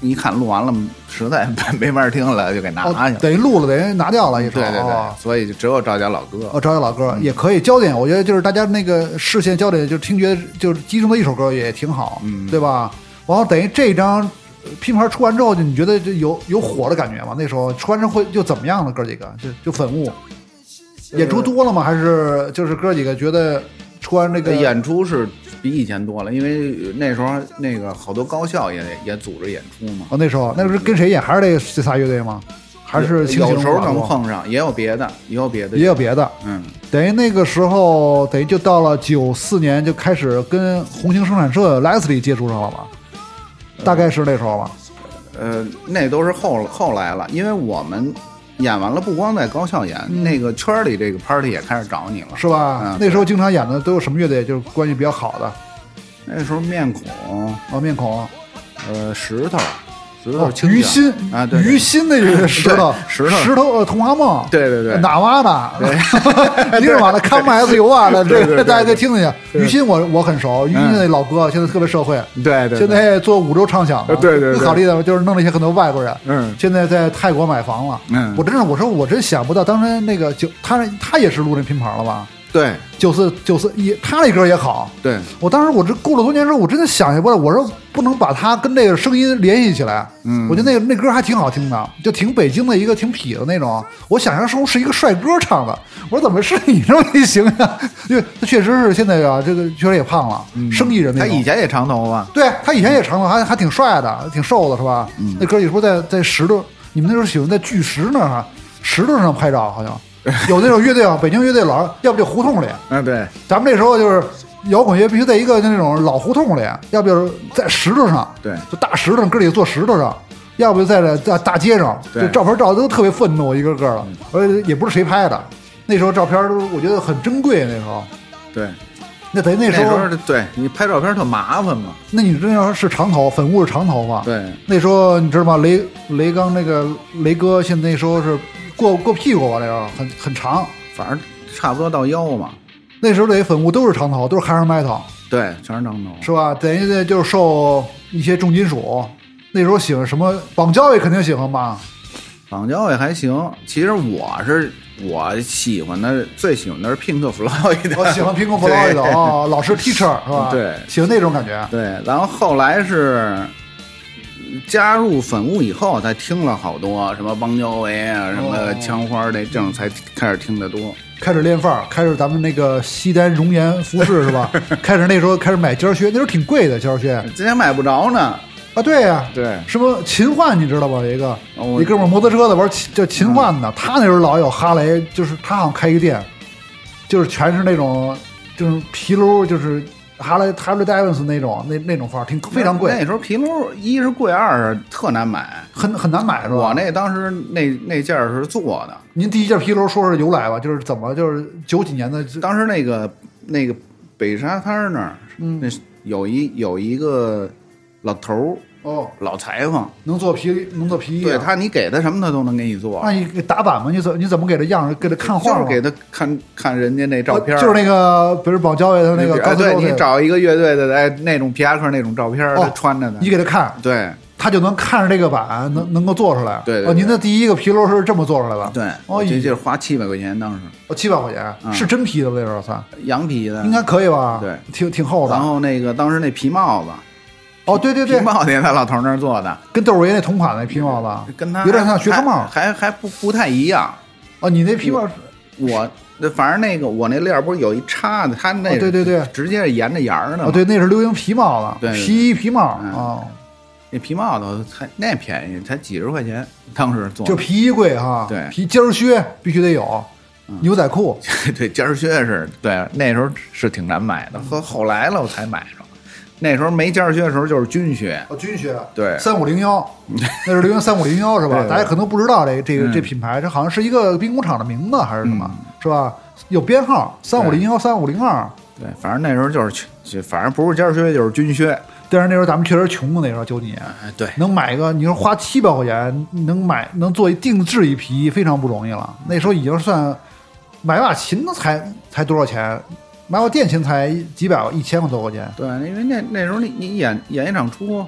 S2: 一看录完了，实在没没法听了，就给拿
S1: 哦
S2: 下了。，
S1: 等于录了，等于拿掉了一首。
S2: 对对
S1: 哦
S2: 对，所以就只有赵家老歌。
S1: 哦，找找老歌
S2: 嗯
S1: 也可以，焦点我觉得就是大家那个视线焦点就是听觉就是集中的一首歌也挺好，
S2: 嗯
S1: 对吧？然后等于这张呃拼盘出完之后，就你觉得就有有火的感觉吗？那时候出完之后又怎么样了？哥几个就就粉雾，
S2: 呃
S1: 演出多了吗？还是就是哥几个觉得出完那个
S2: 这呃演出是比以前多了，因为那时候那个好多高校也也组织演出嘛，
S1: 哦那时候那时候跟谁演？还是这这仨乐队吗？还是清醒
S2: 有时候
S1: 寡
S2: 能
S1: 妇
S2: 碰上，也有别的，也有别的，
S1: 也有别的，
S2: 嗯，
S1: 等于那个时候，等于就到了九四年，就开始跟红星生产社 Leslie 接触上了吧？大概是那时候吧。
S2: 呃，那都是后后来了，因为我们演完了，不光在高校演，
S1: 嗯
S2: 那个圈儿里这个 party 也开始找你了，
S1: 是吧？
S2: 嗯
S1: 那时候经常演的都有什么乐队？就是关系比较好的
S2: 那时候面孔，
S1: 哦，面孔、
S2: 呃，石头，石头
S1: 哦
S2: 清醒，
S1: 于心
S2: 啊，对，对
S1: 于心那 乐队石头
S2: 对石头
S1: 石头呃，童话梦，
S2: 对对对
S1: 哪哇 的，你是完了，看麦子油啊，那这
S2: 对
S1: 个
S2: 对
S1: 大家可以听听去。于心我我很熟，于心那老哥现在特别社会，
S2: 对对，
S1: 现在也做五洲畅想了，
S2: 呃对对对
S1: 最好例子就是弄了一些很多外国人，
S2: 嗯
S1: 现在在泰国买房了，
S2: 嗯
S1: 我真是我说我真想不到，当时那个九他他也是录那拼盘了吧？
S2: 对
S1: 九四九四一，他那歌也好，
S2: 对，
S1: 我当时我这过了多年之后，我真的想起过来，我说不能把它跟那个声音联系起来，嗯，我觉得那那歌还挺好听的，就挺北京的一个挺痞的那种，我想象中是一个帅哥唱的，我说怎么是你这么一形象？因为他确实是现在啊，这个确实也胖了，
S2: 嗯
S1: 生意人那
S2: 他
S1: 种。
S2: 以前也长头发，
S1: 对他以前也长头发，还还挺帅的，挺瘦的是吧？
S2: 嗯
S1: 那哥你说在在石头，你们那时候喜欢在巨石那儿啊，石头上拍照，好像有那种乐队啊，北京乐队老是要不就胡同里，
S2: 嗯，对，
S1: 咱们那时候就是摇滚乐必须在一个那种老胡同里，要不就是在石头上，
S2: 对
S1: 就大石头上，哥几个坐石头上。要不就在这大大街上，
S2: 对
S1: 这照片照的都特别愤怒，一个个的，而且也不是谁拍的，那时候照片都我觉得很珍贵。那时候，
S2: 对，
S1: 那等于那
S2: 那
S1: 时
S2: 时
S1: 候，
S2: 候对你拍照片特麻烦嘛，啊
S1: 那你真要是长头，粉雾是长头发，
S2: 对，
S1: 那时候你知道吗？雷雷刚那个雷哥，现在那时候是过过屁股吧？那时候很很长。
S2: 反正差不多到腰嘛，
S1: 那时候这粉雾都是长头，都是 hair metal，
S2: 对，全是长头发，
S1: 是吧？等于呢就是受一些重金属。那时候喜欢什么？绑交也肯定喜欢吧？
S2: 绑脚也还行。其实我是我喜欢的，最喜欢的是 Pink Floyd 的，
S1: 我哦 喜欢 Pink Floyd 的哦，老师 teacher 是吧？
S2: 对
S1: 喜欢那种感觉。
S2: 对，然后后来是加入粉雾以后，才听了好多什么邦交维啊，什
S1: 哦
S2: 么枪花
S1: 嗯
S2: 这这种才开始听得多。
S1: 开始练范儿，开始咱们那个西单熔岩服饰是吧？开始那时候开始买尖儿靴，那时候挺贵的尖儿靴
S2: 之前买不着呢，
S1: 啊。对呀、
S2: 对
S1: 什么秦焕你知道吧？有一个
S2: 哦我嗯
S1: 一哥们儿摩托车的玩秦叫秦焕的，他那时候老有哈雷，就是他好像开一个店，就是全是那种就是皮褛，就是哈雷哈雷戴维斯那种那那种范儿，挺非常
S2: 那
S1: 贵，
S2: 时候皮褛一是贵，二是特难买。
S1: 很很难买是吧？
S2: 我那当时那那件儿是做的，
S1: 您第一件皮褛说说由来吧，就是怎么就是九几年的这
S2: 当时那个那个北沙滩儿那儿，
S1: 嗯
S2: 那是有一有一个老头儿，
S1: 哦，
S2: 老裁缝，
S1: 能做皮能做皮衣、啊
S2: 对，他，你给他什么他都能给你做，
S1: 那你给打板吗？你怎你怎么给他样儿给他看
S2: 就
S1: 画
S2: 是
S1: 吗？哦呃
S2: 给他看看人家那照片儿，
S1: 就是那个，比如保交给他那个
S2: 哎，
S1: 高斯
S2: 对
S1: 高
S2: 你
S1: 那个
S2: 找一个乐队的，哎，那种皮夹克那种照片儿，
S1: 哦
S2: 他穿着呢
S1: 你，给他看，
S2: 对
S1: 他就能看着这个板，能能够做出来。
S2: 嗯对对
S1: 哦，
S2: 对
S1: 您的第一个皮褛是这么做出来的？
S2: 对，
S1: 哦
S2: 我
S1: 咦
S2: 这就是花七百块钱当时，
S1: 哦，七百块钱、
S2: 嗯
S1: 是真皮的吧？那时候算，
S2: 羊皮的
S1: 应，该可以吧？
S2: 对，
S1: 挺挺厚
S2: 然
S1: 的。
S2: 后那个当时那皮帽子，
S1: 哦，对对
S2: 皮
S1: 对，
S2: 帽子也在老头儿那儿做的，
S1: 跟窦唯那同款的皮帽子，
S2: 跟他
S1: 有点像学生帽。
S2: 还还还不不太一样，
S1: 哦，你那皮帽是
S2: 我那反正那个我那链儿不是有一叉子，他那、
S1: 哦对对对
S2: 直接是沿着沿儿的嘛。
S1: 哦，对，那是流行皮帽子
S2: 对，对对
S1: 皮衣皮帽啊
S2: 嗯、
S1: 哦，
S2: 那皮帽子才那便宜，才几十块钱，当时做的
S1: 就皮衣贵哈，
S2: 对嗯
S1: 皮尖儿靴必须得有，牛仔裤
S2: 对尖儿靴是，对，那时候是挺难买的，后后来了我才买着，那时候没尖儿靴的时候就是军靴，
S1: 哦，军靴，
S2: 对
S1: 三五零 幺，那是流行三五零幺是吧？
S2: 对嗯
S1: 大家可能不知道这个这个这品牌，这好像是一个兵工厂的名字还是什么，是吧？有编号三五零幺、三五零二。
S2: 对，反正那时候就是去就反正不是尖儿靴就是军靴，
S1: 但是那时候咱们确实穷啊，那时候九几年，
S2: 哎，对，
S1: 能买个你说花七百块钱能买能做一定制一皮衣非常不容易了。那时候已经算买把琴都才才多少钱，买把电琴才几百一千多块钱。
S2: 对，因为那那时候你你演演一场出，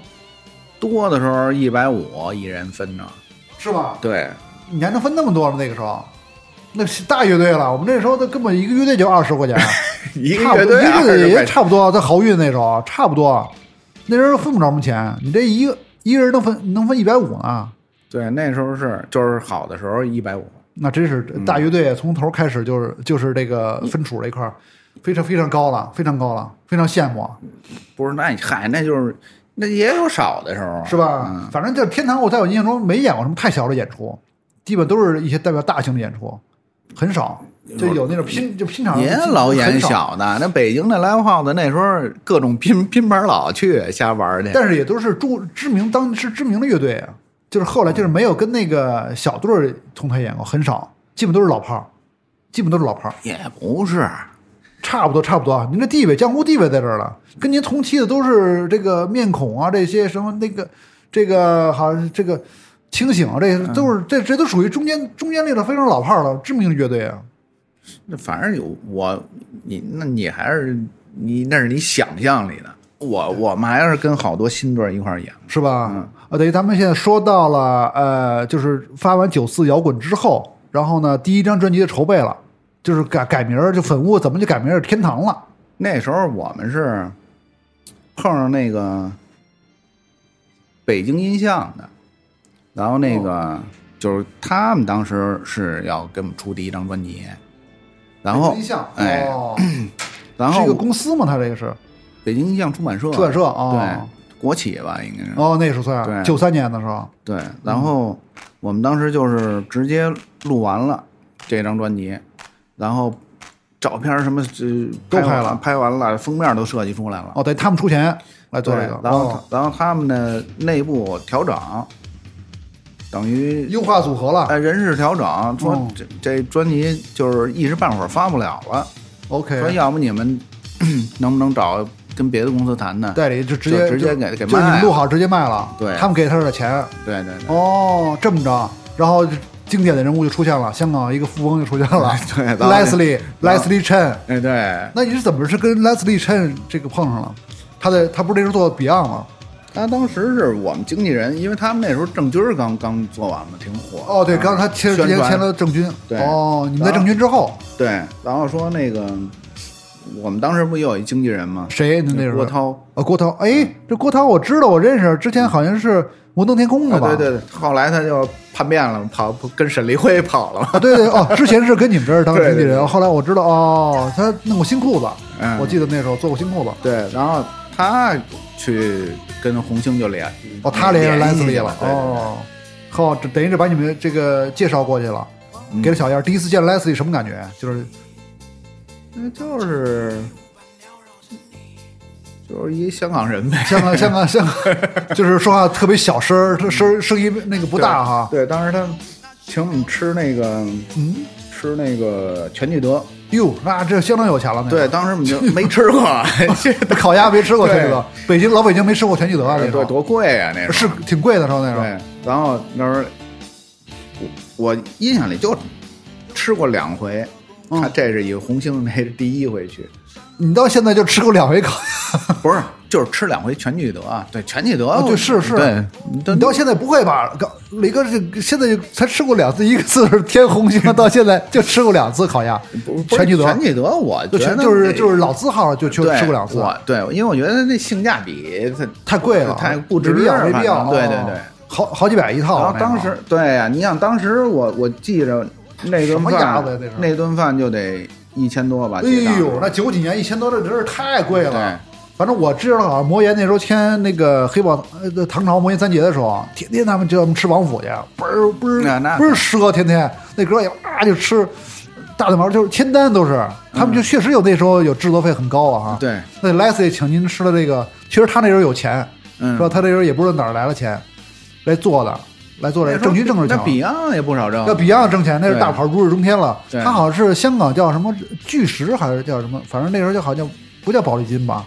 S2: 多的时候一百五一人分着。
S1: 是吧？
S2: 对，
S1: 你还能分那么多吗？那个时候，那是大乐队了。我们那时候都根本一个乐队就二十块钱，啊
S2: 一
S1: 差
S2: 个
S1: 不多
S2: 乐队
S1: 一
S2: 啊
S1: 个
S2: 就
S1: 也
S2: 快
S1: 差不多，在豪运那时候差不多，那时候分不着什么钱，你这一个一个人能分能分一百五呢，
S2: 对，那时候是就是好的时候一百五，
S1: 那真是
S2: 嗯
S1: 大乐队从头开始就是就是这个分处这一块儿，非常非常高了，非常高了，非常羡慕，
S2: 不是那你嗨，那就是那也有少的时候，啊
S1: 是
S2: 嗯
S1: 吧？反正就是天堂，我在我印象中没演过什么太小的演出，基本都是一些代表大型的演出，很少。就有那种拼就拼场，
S2: 也老演
S1: 很少
S2: 小的，那北京的 live house 那时候各种拼拼盘老去瞎玩儿去，
S1: 但是也都是著知名当时知名的乐队啊，就是后来就是没有跟那个小队儿同台演过，很少，基本都是老炮儿，基本都是老炮儿，
S2: 也不是，
S1: 差不多差不多。啊您这地位江湖地位在这儿了，跟您同期的都是这个面孔啊，这些什么那个这个好像这个清醒啊，这些都是、这这都属于中间中间那种非常老炮儿了，知名的乐队啊。
S2: 那反正有我你那你还是你那是你想象里的，我我们还是跟好多新队儿一块儿演，
S1: 是吧？
S2: 嗯
S1: 啊，等于咱们现在说到了，呃，就是发完九四摇滚之后，然后呢，第一张专辑的筹备了，就是改改名儿，就粉雾怎么就改名儿天堂了？
S2: 那时候我们是碰上那个北京音像的，然后那个
S1: 哦
S2: 就是他们当时是要给我们出第一张专辑，然后
S1: 北京音像，
S2: 哎，
S1: 哦，
S2: 然
S1: 是一个
S2: 后
S1: 公司吗？它这个是
S2: 北京音像出版社，
S1: 出版社哦
S2: 对，国企吧应该是，
S1: 哦，那时候算
S2: 对
S1: 九三年的时候，
S2: 对，然后我们当时就是直接录完了这张专辑，然后照片什么这
S1: 都拍
S2: 完
S1: 了
S2: 拍完了，封面都设计出来了。
S1: 哦，对他们出钱来做
S2: 对，
S1: 这个，
S2: 然后他、
S1: 哦
S2: 然后他们的内部调整，等于
S1: 优化组合了
S2: 哎人事调整，说
S1: 哦
S2: 这、这专辑就是一时半会儿发不了了，说
S1: ，OK，
S2: 要不你们 能不能找跟别的公司谈谈？
S1: 代理就直
S2: 就
S1: 接
S2: 直接
S1: 就
S2: 给
S1: 就
S2: 给
S1: 是你
S2: 卖
S1: 们
S2: 了
S1: 录好直接卖了，
S2: 对
S1: 他们给他的钱，
S2: 对对对。，
S1: 哦，这么着，然后经典的人物就出现了，香港一个富翁就出现了
S2: 对然后那
S1: ，Leslie
S2: 然后
S1: Leslie Chen，
S2: 哎，对，
S1: 那你是怎么是跟 Leslie Chen 这个碰上了？他在他不是那时候做 Beyond 吗？
S2: 他当时是我们经纪人，因为他们那时候郑钧儿刚刚做完嘛，挺火的。
S1: 哦，对，
S2: 当时
S1: 刚才其实之前
S2: 宣传
S1: 签了郑钧，
S2: 对
S1: 哦，你们在
S2: 然后
S1: 郑钧之后，
S2: 对，然后说那个，我们当时不也有一经纪人吗？
S1: 谁？那那时候
S2: 郭涛，
S1: 啊，郭涛，哎，这郭涛我知道，我认识，之前好像是摩登天空的
S2: 啊
S1: 吧？
S2: 对对对，后来他就叛变了，跑跟沈黎辉跑了嘛。
S1: 啊，对对哦，之前是跟你们这儿当经纪
S2: 对对
S1: 人，
S2: 对
S1: 后来我知道哦，他弄过新裤子，
S2: 嗯
S1: 我记得那时候做过新裤子，
S2: 对，然后他去跟红星就联
S1: 哦，他联系 Leslie 了
S2: 了，，对对对嗯
S1: 哦，好，这等于是把你们这个介绍过去了，给了小燕儿。第一次见 Leslie 什么感觉？就是
S2: 那就是就是一香港人 呗，
S1: 香港，香港，香港，就是说话特别小声儿，声声音那个不大哈。
S2: 对，对当时他请我们吃那个，啊嗯，吃那个全聚德，
S1: 哟，那这相当有钱了。那
S2: 对，
S1: 个，
S2: 当时我们就没吃过， 这
S1: 烤鸭没吃过
S2: 对
S1: 全聚德，北京老北京没吃过全聚德啊，那时
S2: 多
S1: 候
S2: 多贵啊，那
S1: 是挺贵的时候那时候。
S2: 对，然后那时候我我印象里就吃过两回，
S1: 嗯
S2: 他这是以红星那是第一 回去，
S1: 你到现在就吃过两回烤鸭，
S2: 不是就是吃两回全聚德啊，对全聚德
S1: 啊，对是是
S2: 对，
S1: 你到现在不会吧？搞雷哥这现在才吃过两次，一次是天红 星，到现在就吃过两次烤鸭
S2: 不是，
S1: 全聚德，
S2: 全聚德我
S1: 就
S2: 觉
S1: 全
S2: 得
S1: 就是
S2: 那
S1: 就是老字号，就去
S2: 对
S1: 吃过两次，
S2: 我对，因为我觉得那性价比它
S1: 太贵了，啊
S2: 太不值
S1: 没必要，没必
S2: 反
S1: 要。
S2: 正对
S1: 哦
S2: 对对。，
S1: 好哦好几百一套。啊
S2: 然后
S1: 那
S2: 当
S1: 个
S2: 时对啊呀、你想当时我我记着那
S1: 什
S2: 顿
S1: 么鸭
S2: 饭
S1: 子呀那是
S2: 那顿饭就得一千多吧，结账
S1: 哎呦，那九几年一千多，这真是太贵了
S2: 对。
S1: 反正我知道，好像魔岩那时候签那个黑豹，呃，唐朝魔岩三杰的时候，啊天天他们就让我们吃王府去，啊倍儿倍
S2: 那
S1: 儿
S2: 啊那
S1: 倍儿奢，天天那哥也哇啊就吃大嘴毛，就是天单都是。他们就确实有那时候有制作费很高啊哈。
S2: 嗯对，
S1: 那莱斯也请您吃的这个，其实他那时候有钱，
S2: 嗯
S1: 是吧？他那时候也不知道哪儿来的钱来做的，来做
S2: 那
S1: 这
S2: 时候
S1: 郑钧挣着钱
S2: 那。Beyond 也不少挣，
S1: 要 Beyond 挣钱，那是
S2: 对
S1: 大牌如日中天了。
S2: 对
S1: 他好像是香港叫什么巨石，还是叫什么？反正那时候就好像不叫宝丽金吧，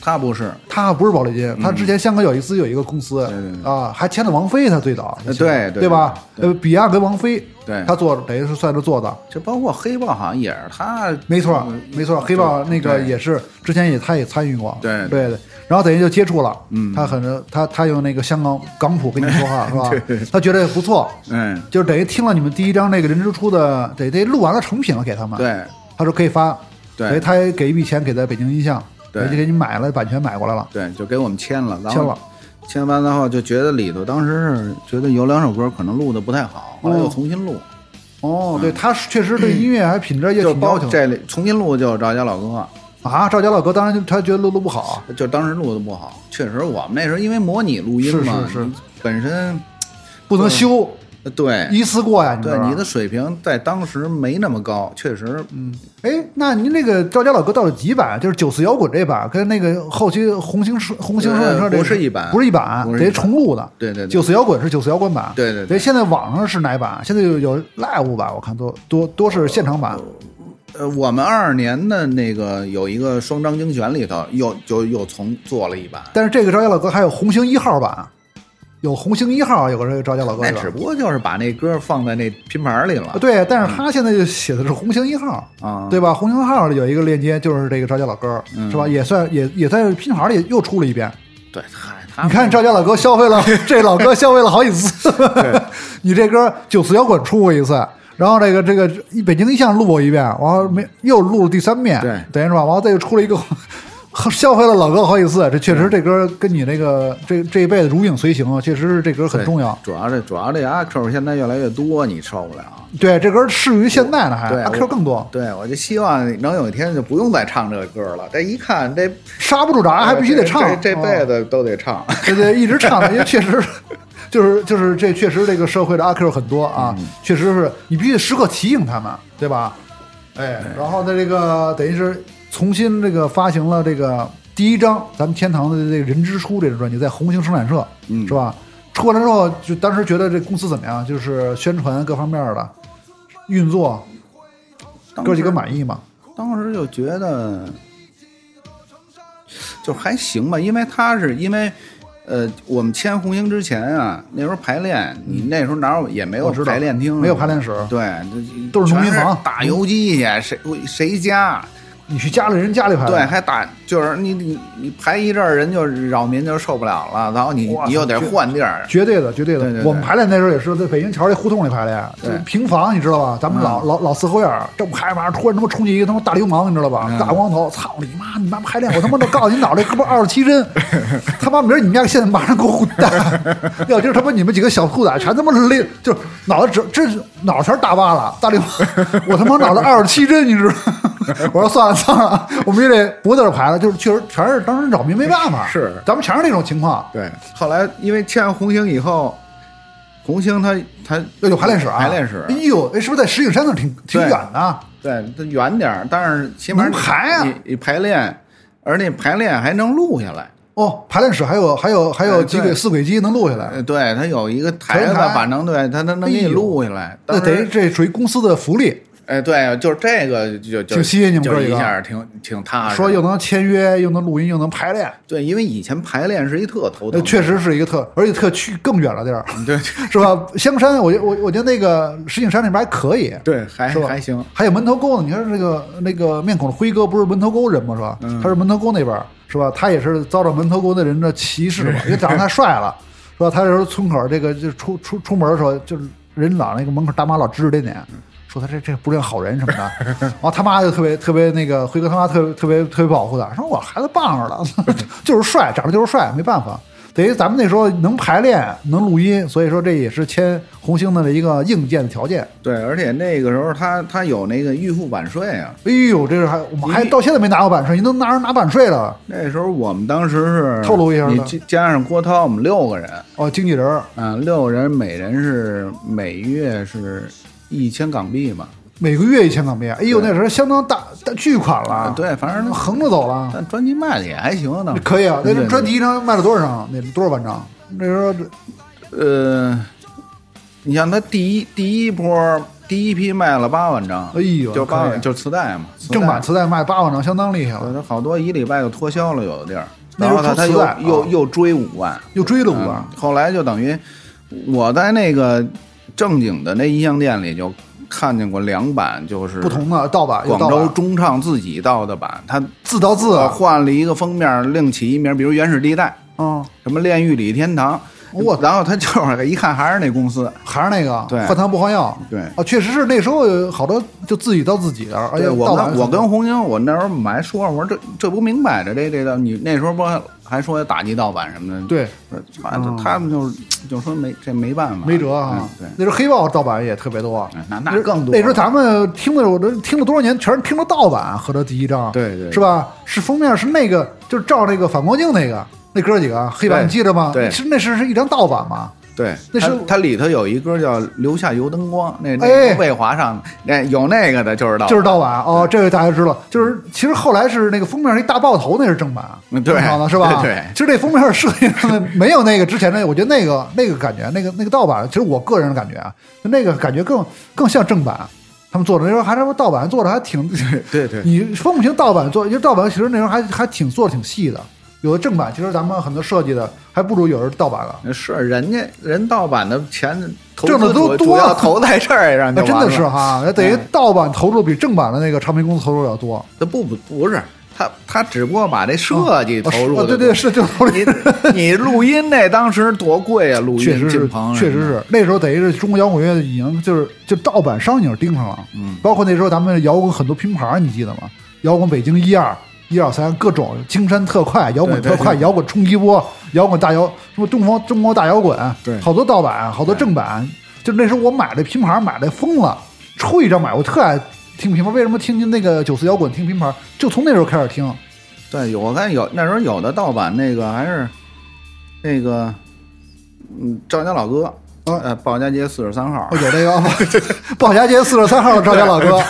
S2: 他不是，
S1: 他不是宝丽金，他之前香港有一次有一个公司
S2: 嗯对对对
S1: 啊，还签的王菲，他最早
S2: 呃对对
S1: 对吧？
S2: 对
S1: 呃，Beyond 跟王菲，
S2: 对
S1: 他做等于是算是做的，
S2: 这包括黑豹好像也是他，
S1: 没错没错，黑豹那个
S2: 嗯对
S1: 也是之前也他也参与过，
S2: 对
S1: 对对。然后等于就接触了，嗯，他很他他用那个香港港普跟你说 话是吧？他觉得不错，
S2: 嗯，
S1: 就是等于听了你们第一张那个人之初的，得得录完了成品了给他们，，
S2: 对
S1: 他说可以发，
S2: 对
S1: 所以他也给一笔钱给在北京音像，
S2: 对
S1: 人家给你买了版权买过来了，
S2: 对，就给我们签了，然后
S1: 签了，
S2: 签完的话就觉得里头当时是觉得有两首歌可能录的不太好，后来又重新录，
S1: 哦，对，他是确实对音乐还品质也
S2: 就
S1: 挺
S2: 包
S1: 要求的
S2: 这里重新录就赵家老歌，
S1: 啊。赵家老哥当然就他觉得录的不好，
S2: 就当时录的不好，确实我们那时候因为模拟录音嘛，
S1: 是是是
S2: 你本身
S1: 不能修，
S2: 呃对
S1: 一次过呀，你知道
S2: 对
S1: 吧
S2: 你的水平在当时没那么高，确实，嗯，
S1: 哎，那您那个赵家老哥到了几版？就是九四摇滚这版，跟那个后期红星说红星说
S2: 呃
S1: 唱这个
S2: 不是一版
S1: 不是一版，
S2: 不是一
S1: 得
S2: 版
S1: 重录的。
S2: 对对对
S1: 九四摇滚是九四摇滚版。
S2: 对对对
S1: 对，现在网上是哪版？现在有有 live 版，我看多多多是现场版。
S2: 呃，我们二二年的那个有一个双张精选里头又就又重做了一版，
S1: 但是这个赵家老哥还有红星一号版，有红星一号，有个这个赵家老哥
S2: 那
S1: 是吧
S2: 只不过就是把那歌放在那拼盘里了
S1: 啊，，对，但是他现在就写的是红星一号
S2: 嗯啊嗯
S1: 对吧？红星一号有一个链接，就是这个赵家老哥，是吧？也算也也在拼盘里又出了一遍。
S2: 对，嗨，他
S1: 你
S2: 们
S1: 看赵家老哥消 费了，这老哥消费了好几次。 你这歌九次摇滚出过一次，然后这个这个北京一项录过一遍，然后没又录了第三遍，
S2: 对
S1: 等于是吧？然后再又出了一个，消费了老哥好几次。这确实这歌跟你那个这这一辈子如影随形啊，确实是这歌很
S2: 对
S1: 重要。
S2: 主要这主要这阿 Q 现在越来越多，你受不了。
S1: 对，这歌适于现在呢，还
S2: 对
S1: 阿 Q
S2: 我
S1: 更多，
S2: 对，我就希望能有一天就不用再唱这歌了。这一看这
S1: 刹不住闸，还必须得唱。
S2: 这这这
S1: 嗯
S2: 辈子都得唱。
S1: 对对，一直唱，因为确实，就是就是这确实这个社会的阿 Q 很多啊，
S2: 嗯
S1: 确实是你必须得时刻提醒他们，对吧？哎，然后呢，这个等于是重新这个发行了这个第一张咱们天堂的这个人之初这张专辑，在红星生产社，嗯，是吧？出完了之后，就当时觉得这公司怎么样？就是宣传各方面的运作，哥几个满意吗？
S2: 当时就觉得就还行吧，因为他是因为。呃，我们签红星之前啊，那时候排练，你那时候哪有也没有
S1: 我知道
S2: 排练厅，
S1: 没有排练室
S2: 对，
S1: 都是农民
S2: 全
S1: 房
S2: 打游击去，谁谁家
S1: 你去家里人家里排的，
S2: 对，还打就是你你你排一阵儿，人就扰民就受不了了，然后你
S1: 哇
S2: 你又得
S1: 这
S2: 换地儿，
S1: 绝对的，绝对的。
S2: 对对对
S1: 我们排练那时候也是在北京桥这胡同里排练，就
S2: 对
S1: 是
S2: 嗯
S1: 平房，你知道吧？咱们老、老老四合院儿，这不开门，突然他妈冲进一个他妈大流氓，你知道吧？
S2: 嗯
S1: 大光头，操你妈！你妈排练，我他妈都告诉你脑袋胳膊二十七针，他妈明儿你们家现在马上给我滚 蛋！要今儿他妈你们几个小兔崽全他妈勒，就是脑袋只这脑袋全是大疤了，大流 氓，我他妈脑袋二十七针，你知道吗？我说算了算了，我们也得不字儿排了，就是确实全是当时扰民没办法，
S2: 是
S1: 咱们全是那种情况，
S2: 对，后来因为签完红星以后，红星它它
S1: 要有排练室啊，
S2: 排练室
S1: 哎，呦，哎，是不是在石景山那儿挺挺远的？
S2: 对，它远点儿，但是起码
S1: 能排啊
S2: 你你排练，而且排练还能录下来。
S1: 哦，排练室还有还有还有
S2: 哎
S1: 几
S2: 对
S1: 轨四轨机能录下来
S2: 呃，，对，它有一个台
S1: 全
S2: 子，
S1: 台
S2: 反正对它它能给
S1: 哎
S2: 你
S1: 呦
S2: 录下来。
S1: 那
S2: 当
S1: 等于
S2: 时
S1: 这属于公司的福利，
S2: 哎，对，就是这个就就
S1: 挺吸引你们
S2: 就
S1: 这
S2: 一
S1: 个
S2: 下挺挺踏实。
S1: 说又能签约，又能录音，又能排练，
S2: 对，因为以前排练是一特头
S1: 那
S2: 疼的，
S1: 确实是一个特，而且特去更远了地儿，
S2: 对
S1: 是吧？香山，我觉我我觉得那个石景山那边还可以，
S2: 对，还
S1: 是吧？
S2: 还行。，
S1: 还有门头沟呢。你看那个那个面孔的辉哥不是门头沟人吗？是吧？
S2: 嗯
S1: 他是门头沟那边儿是吧？他也是遭到门头沟的人的歧视 吧？因为长得太帅了，是吧？他有时候村口这个就出出出门的时候，就是人老那个门口大妈老指指点点。
S2: 嗯
S1: 说他这这不是个好人什么的， 然后他妈就特别特别那个辉哥他妈特别特别特别保护他，说我孩子棒着了， 就是帅，长得就是帅，没办法。等于咱们那时候能排练能录音，所以说这也是签红星的一个硬件的条件。
S2: 对，而且那个时候他他有那个预付版税啊。
S1: 哎呦，这是还我们还到现在没拿过版税，你都拿人拿版税了？
S2: 那时候我们当时是
S1: 透露一下呢
S2: 你加加上郭涛，我们六个人，
S1: 哦，经纪人儿
S2: 嗯，六个人每人是每月是一千港币嘛。
S1: 每个月一千港币，哎呦，那时候相当大大巨款了，
S2: 啊对，反正
S1: 横着走了，
S2: 但专辑卖的也还行呢，
S1: 嗯可以啊。那
S2: 对
S1: 专辑一张卖了多少张？那多少万张？那时候
S2: 呃，你像他第一第一波第一批卖了八万张，
S1: 哎呦
S2: 就八
S1: 可以
S2: 万就磁带嘛，磁带
S1: 正版磁带卖八万张，相当厉害
S2: 对，
S1: 了，
S2: 他好多一礼拜就脱销了，有的地儿，
S1: 那
S2: 然
S1: 时候
S2: 后他
S1: 出磁
S2: 他又
S1: 带
S2: 又
S1: 啊
S2: 又追五万，嗯
S1: 又追了五万
S2: 嗯。后来就等于我在那个正经的那音像店里就看见过两版，就是
S1: 不同的盗版，有
S2: 广
S1: 盗版
S2: 州中唱自己盗的版，他
S1: 自盗自啊
S2: 换了一个封面，另起一名，比如《原始地带》
S1: 嗯，
S2: 什么《炼狱里天堂》，
S1: 我
S2: 然后他就是一看还是那 公司。
S1: 还是那个
S2: 对
S1: 换汤不换药，
S2: 对
S1: 啊，确实是那时候有好多就自己盗自己的，而且
S2: 对，我
S1: 哎盗版
S2: 跟我跟红英，我那时候买说，我说这这不明摆着这这的，你那时候不还说打击盗版什么的？
S1: 对哦
S2: 呃，反正他们就是就说没这没办法，
S1: 没辙啊
S2: 嗯，对，
S1: 那时候黑豹盗版也特别多
S2: 嗯，那
S1: 时候
S2: 那更多
S1: 那时候咱们听的，我都听了多少年，全是听的盗版，合着第一张，
S2: 对对
S1: 哦是吧？是封面是那个，就是照那个反光镜那个，那哥几个啊黑板，
S2: 对
S1: 你记着吗？
S2: 对
S1: 是那是是一张盗版吗？
S2: 对，
S1: 那是
S2: 它它里头有一歌叫《留下油灯光》，那
S1: 哎
S2: 那魏华上的，那有那个的就是盗，
S1: 就是盗版哦，这个大家知道。就是其实后来是那个封面是一大爆头，那是正版，
S2: 嗯对
S1: 正常的是吧？
S2: 对对
S1: 其实这封面设计上的没有那个之前的，我觉得那个那个感觉，那个那个盗版，其实我个人的感觉啊，就那个感觉更更像正版。他们做的那时候还是盗版做的还挺，
S2: 对对
S1: 你分不清盗版做，因为盗版其实那时候还还挺做的挺细的，有的正版其实咱们很多设计的还不如有人盗版了。
S2: 是人家人盗版的钱投
S1: 挣得
S2: 资
S1: 都
S2: 主
S1: 多
S2: 主要投在这儿，让你
S1: 那真的是
S2: 完了，
S1: 哈，那等于盗版投入比正版的那个唱片公司投入要多。
S2: 他不不不是他他只不过把这设计投入
S1: 哦对
S2: 的多，
S1: 对是就投入。
S2: 你你录音那当时多贵啊，录
S1: 确
S2: 音
S1: 实
S2: 进
S1: 是，
S2: 棚
S1: 确实
S2: 什么的
S1: 是那时候等于是中国摇滚乐已经就是就盗版商已经盯上了，嗯，包括那时候咱们摇滚很多拼盘儿，你记得吗？摇滚北京一二一二三各种青山特快、摇滚
S2: 对对
S1: 特快、摇滚冲击波、摇滚大摇什么东方中国大摇滚，
S2: 对
S1: 好多盗版，好多正版。就那时候我买的拼盘儿买的疯了，出一张买，我特爱听拼盘儿。为什么听那个九四摇滚听拼盘儿？就从那时候开始听，
S2: 对，有我看有那时候有的盗版那个还是那个嗯赵家老哥，呃，鲍家街四十三号
S1: 哦，。有这个鲍家街四十三号赵家老哥，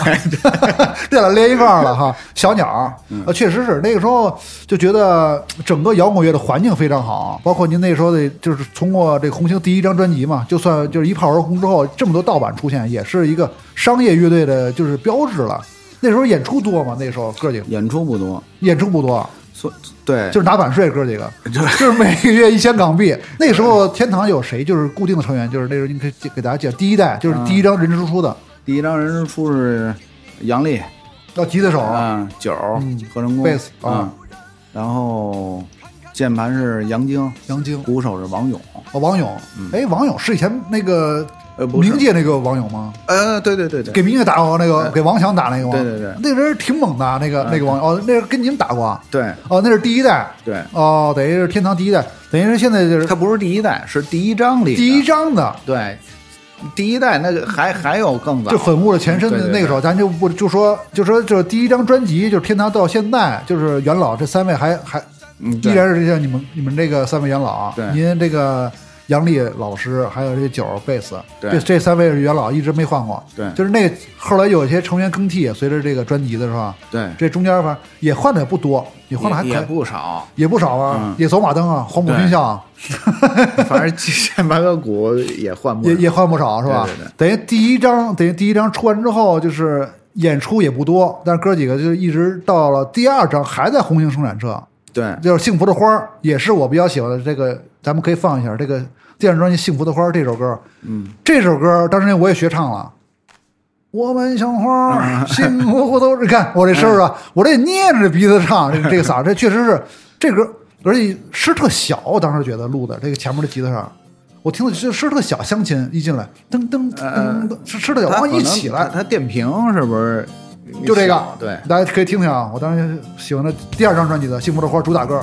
S1: 对了，连一块儿了哈。小鸟儿，呃，确实是那个时候就觉得整个摇滚乐的环境非常好，包括您那时候的，就是通过这个红星第一张专辑嘛，就算就是一炮而红之后，这么多盗版出现，也是一个商业乐队的就是标志了。那时候演出多吗？那时候哥几个
S2: 演出不多，
S1: 演出不多，
S2: 所对，
S1: 就是拿版税，哥几个，就是每个月一千港币。那时候天堂有谁就是固定的成员，就是那时候你可以给大家介绍，第一代就是第一张人之初出的，
S2: 第一张人之初是杨丽
S1: 要吉他手，
S2: 啊，九
S1: 哦嗯哦
S2: 合成功
S1: 贝斯
S2: 啊，然后键盘是杨晶，
S1: 杨晶，
S2: 鼓手是王勇，
S1: 哦，王勇，哎，王勇是以前那个
S2: 嗯呃不是
S1: 冥界那个王勇吗？
S2: 呃，对对对对，
S1: 给冥界打过那个，给王强打那个吗？
S2: 对对对嗯
S1: 那人挺猛的，那个那个王勇，哦，那是跟你们打过啊，
S2: 对
S1: 哦，那是第一代，
S2: 对，
S1: 哦，等于是天堂第一代，等于是现在就是
S2: 他不是第一代，是第一张里的
S1: 第一张的，
S2: 对，第一代那个还还有更早
S1: 就，粉雾了前身
S2: 对
S1: 的
S2: 对
S1: 那个时候，咱就不就说就说就是第一张专辑，就是天堂到现在，就是元老这三位还还
S2: 嗯
S1: 依
S2: 对
S1: 然是像你们你们这个三位元老啊
S2: 对，
S1: 您这个杨丽老师还有这九儿贝斯，
S2: 对
S1: 这这三位元老一直没换过，
S2: 对
S1: 就是那后来有一些成员更替，随着这个专辑的是吧？
S2: 对，
S1: 这中间反正也换的也不多，也换的还可
S2: 也也
S1: 以。
S2: 不少，
S1: 也不少啊
S2: 嗯，
S1: 也走马灯啊，黄埔军校啊，
S2: 反正键盘和鼓也换 不
S1: 也
S2: 了，
S1: 也换不少是吧？
S2: 对对对
S1: 等于第一张，等于第一张出完之后，就是演出也不多，但是哥几个就一直到了第二张还在红星生产社，
S2: 对
S1: 就是《幸福的花儿》，也是我比较喜欢的这个，咱们可以放一下这个电视专辑《幸福的花儿》这首歌。嗯，这首歌当时我也学唱了。我们像花 儿，幸福都是。看我这声儿啊，
S2: 嗯
S1: 我这捏着鼻子唱，这这个嗓，这确实是这歌，而且声儿特小。我当时觉得录的这个前面的吉他上，我听的这声儿特小，乡亲一进来，噔噔噔噔，是吃的小，
S2: 呃它可
S1: 往
S2: 能
S1: 一起来，
S2: 它电瓶是不是？
S1: 就这个，
S2: 对，
S1: 大家可以听听啊。我当时喜欢的第二张专辑的《幸福的花》主打歌，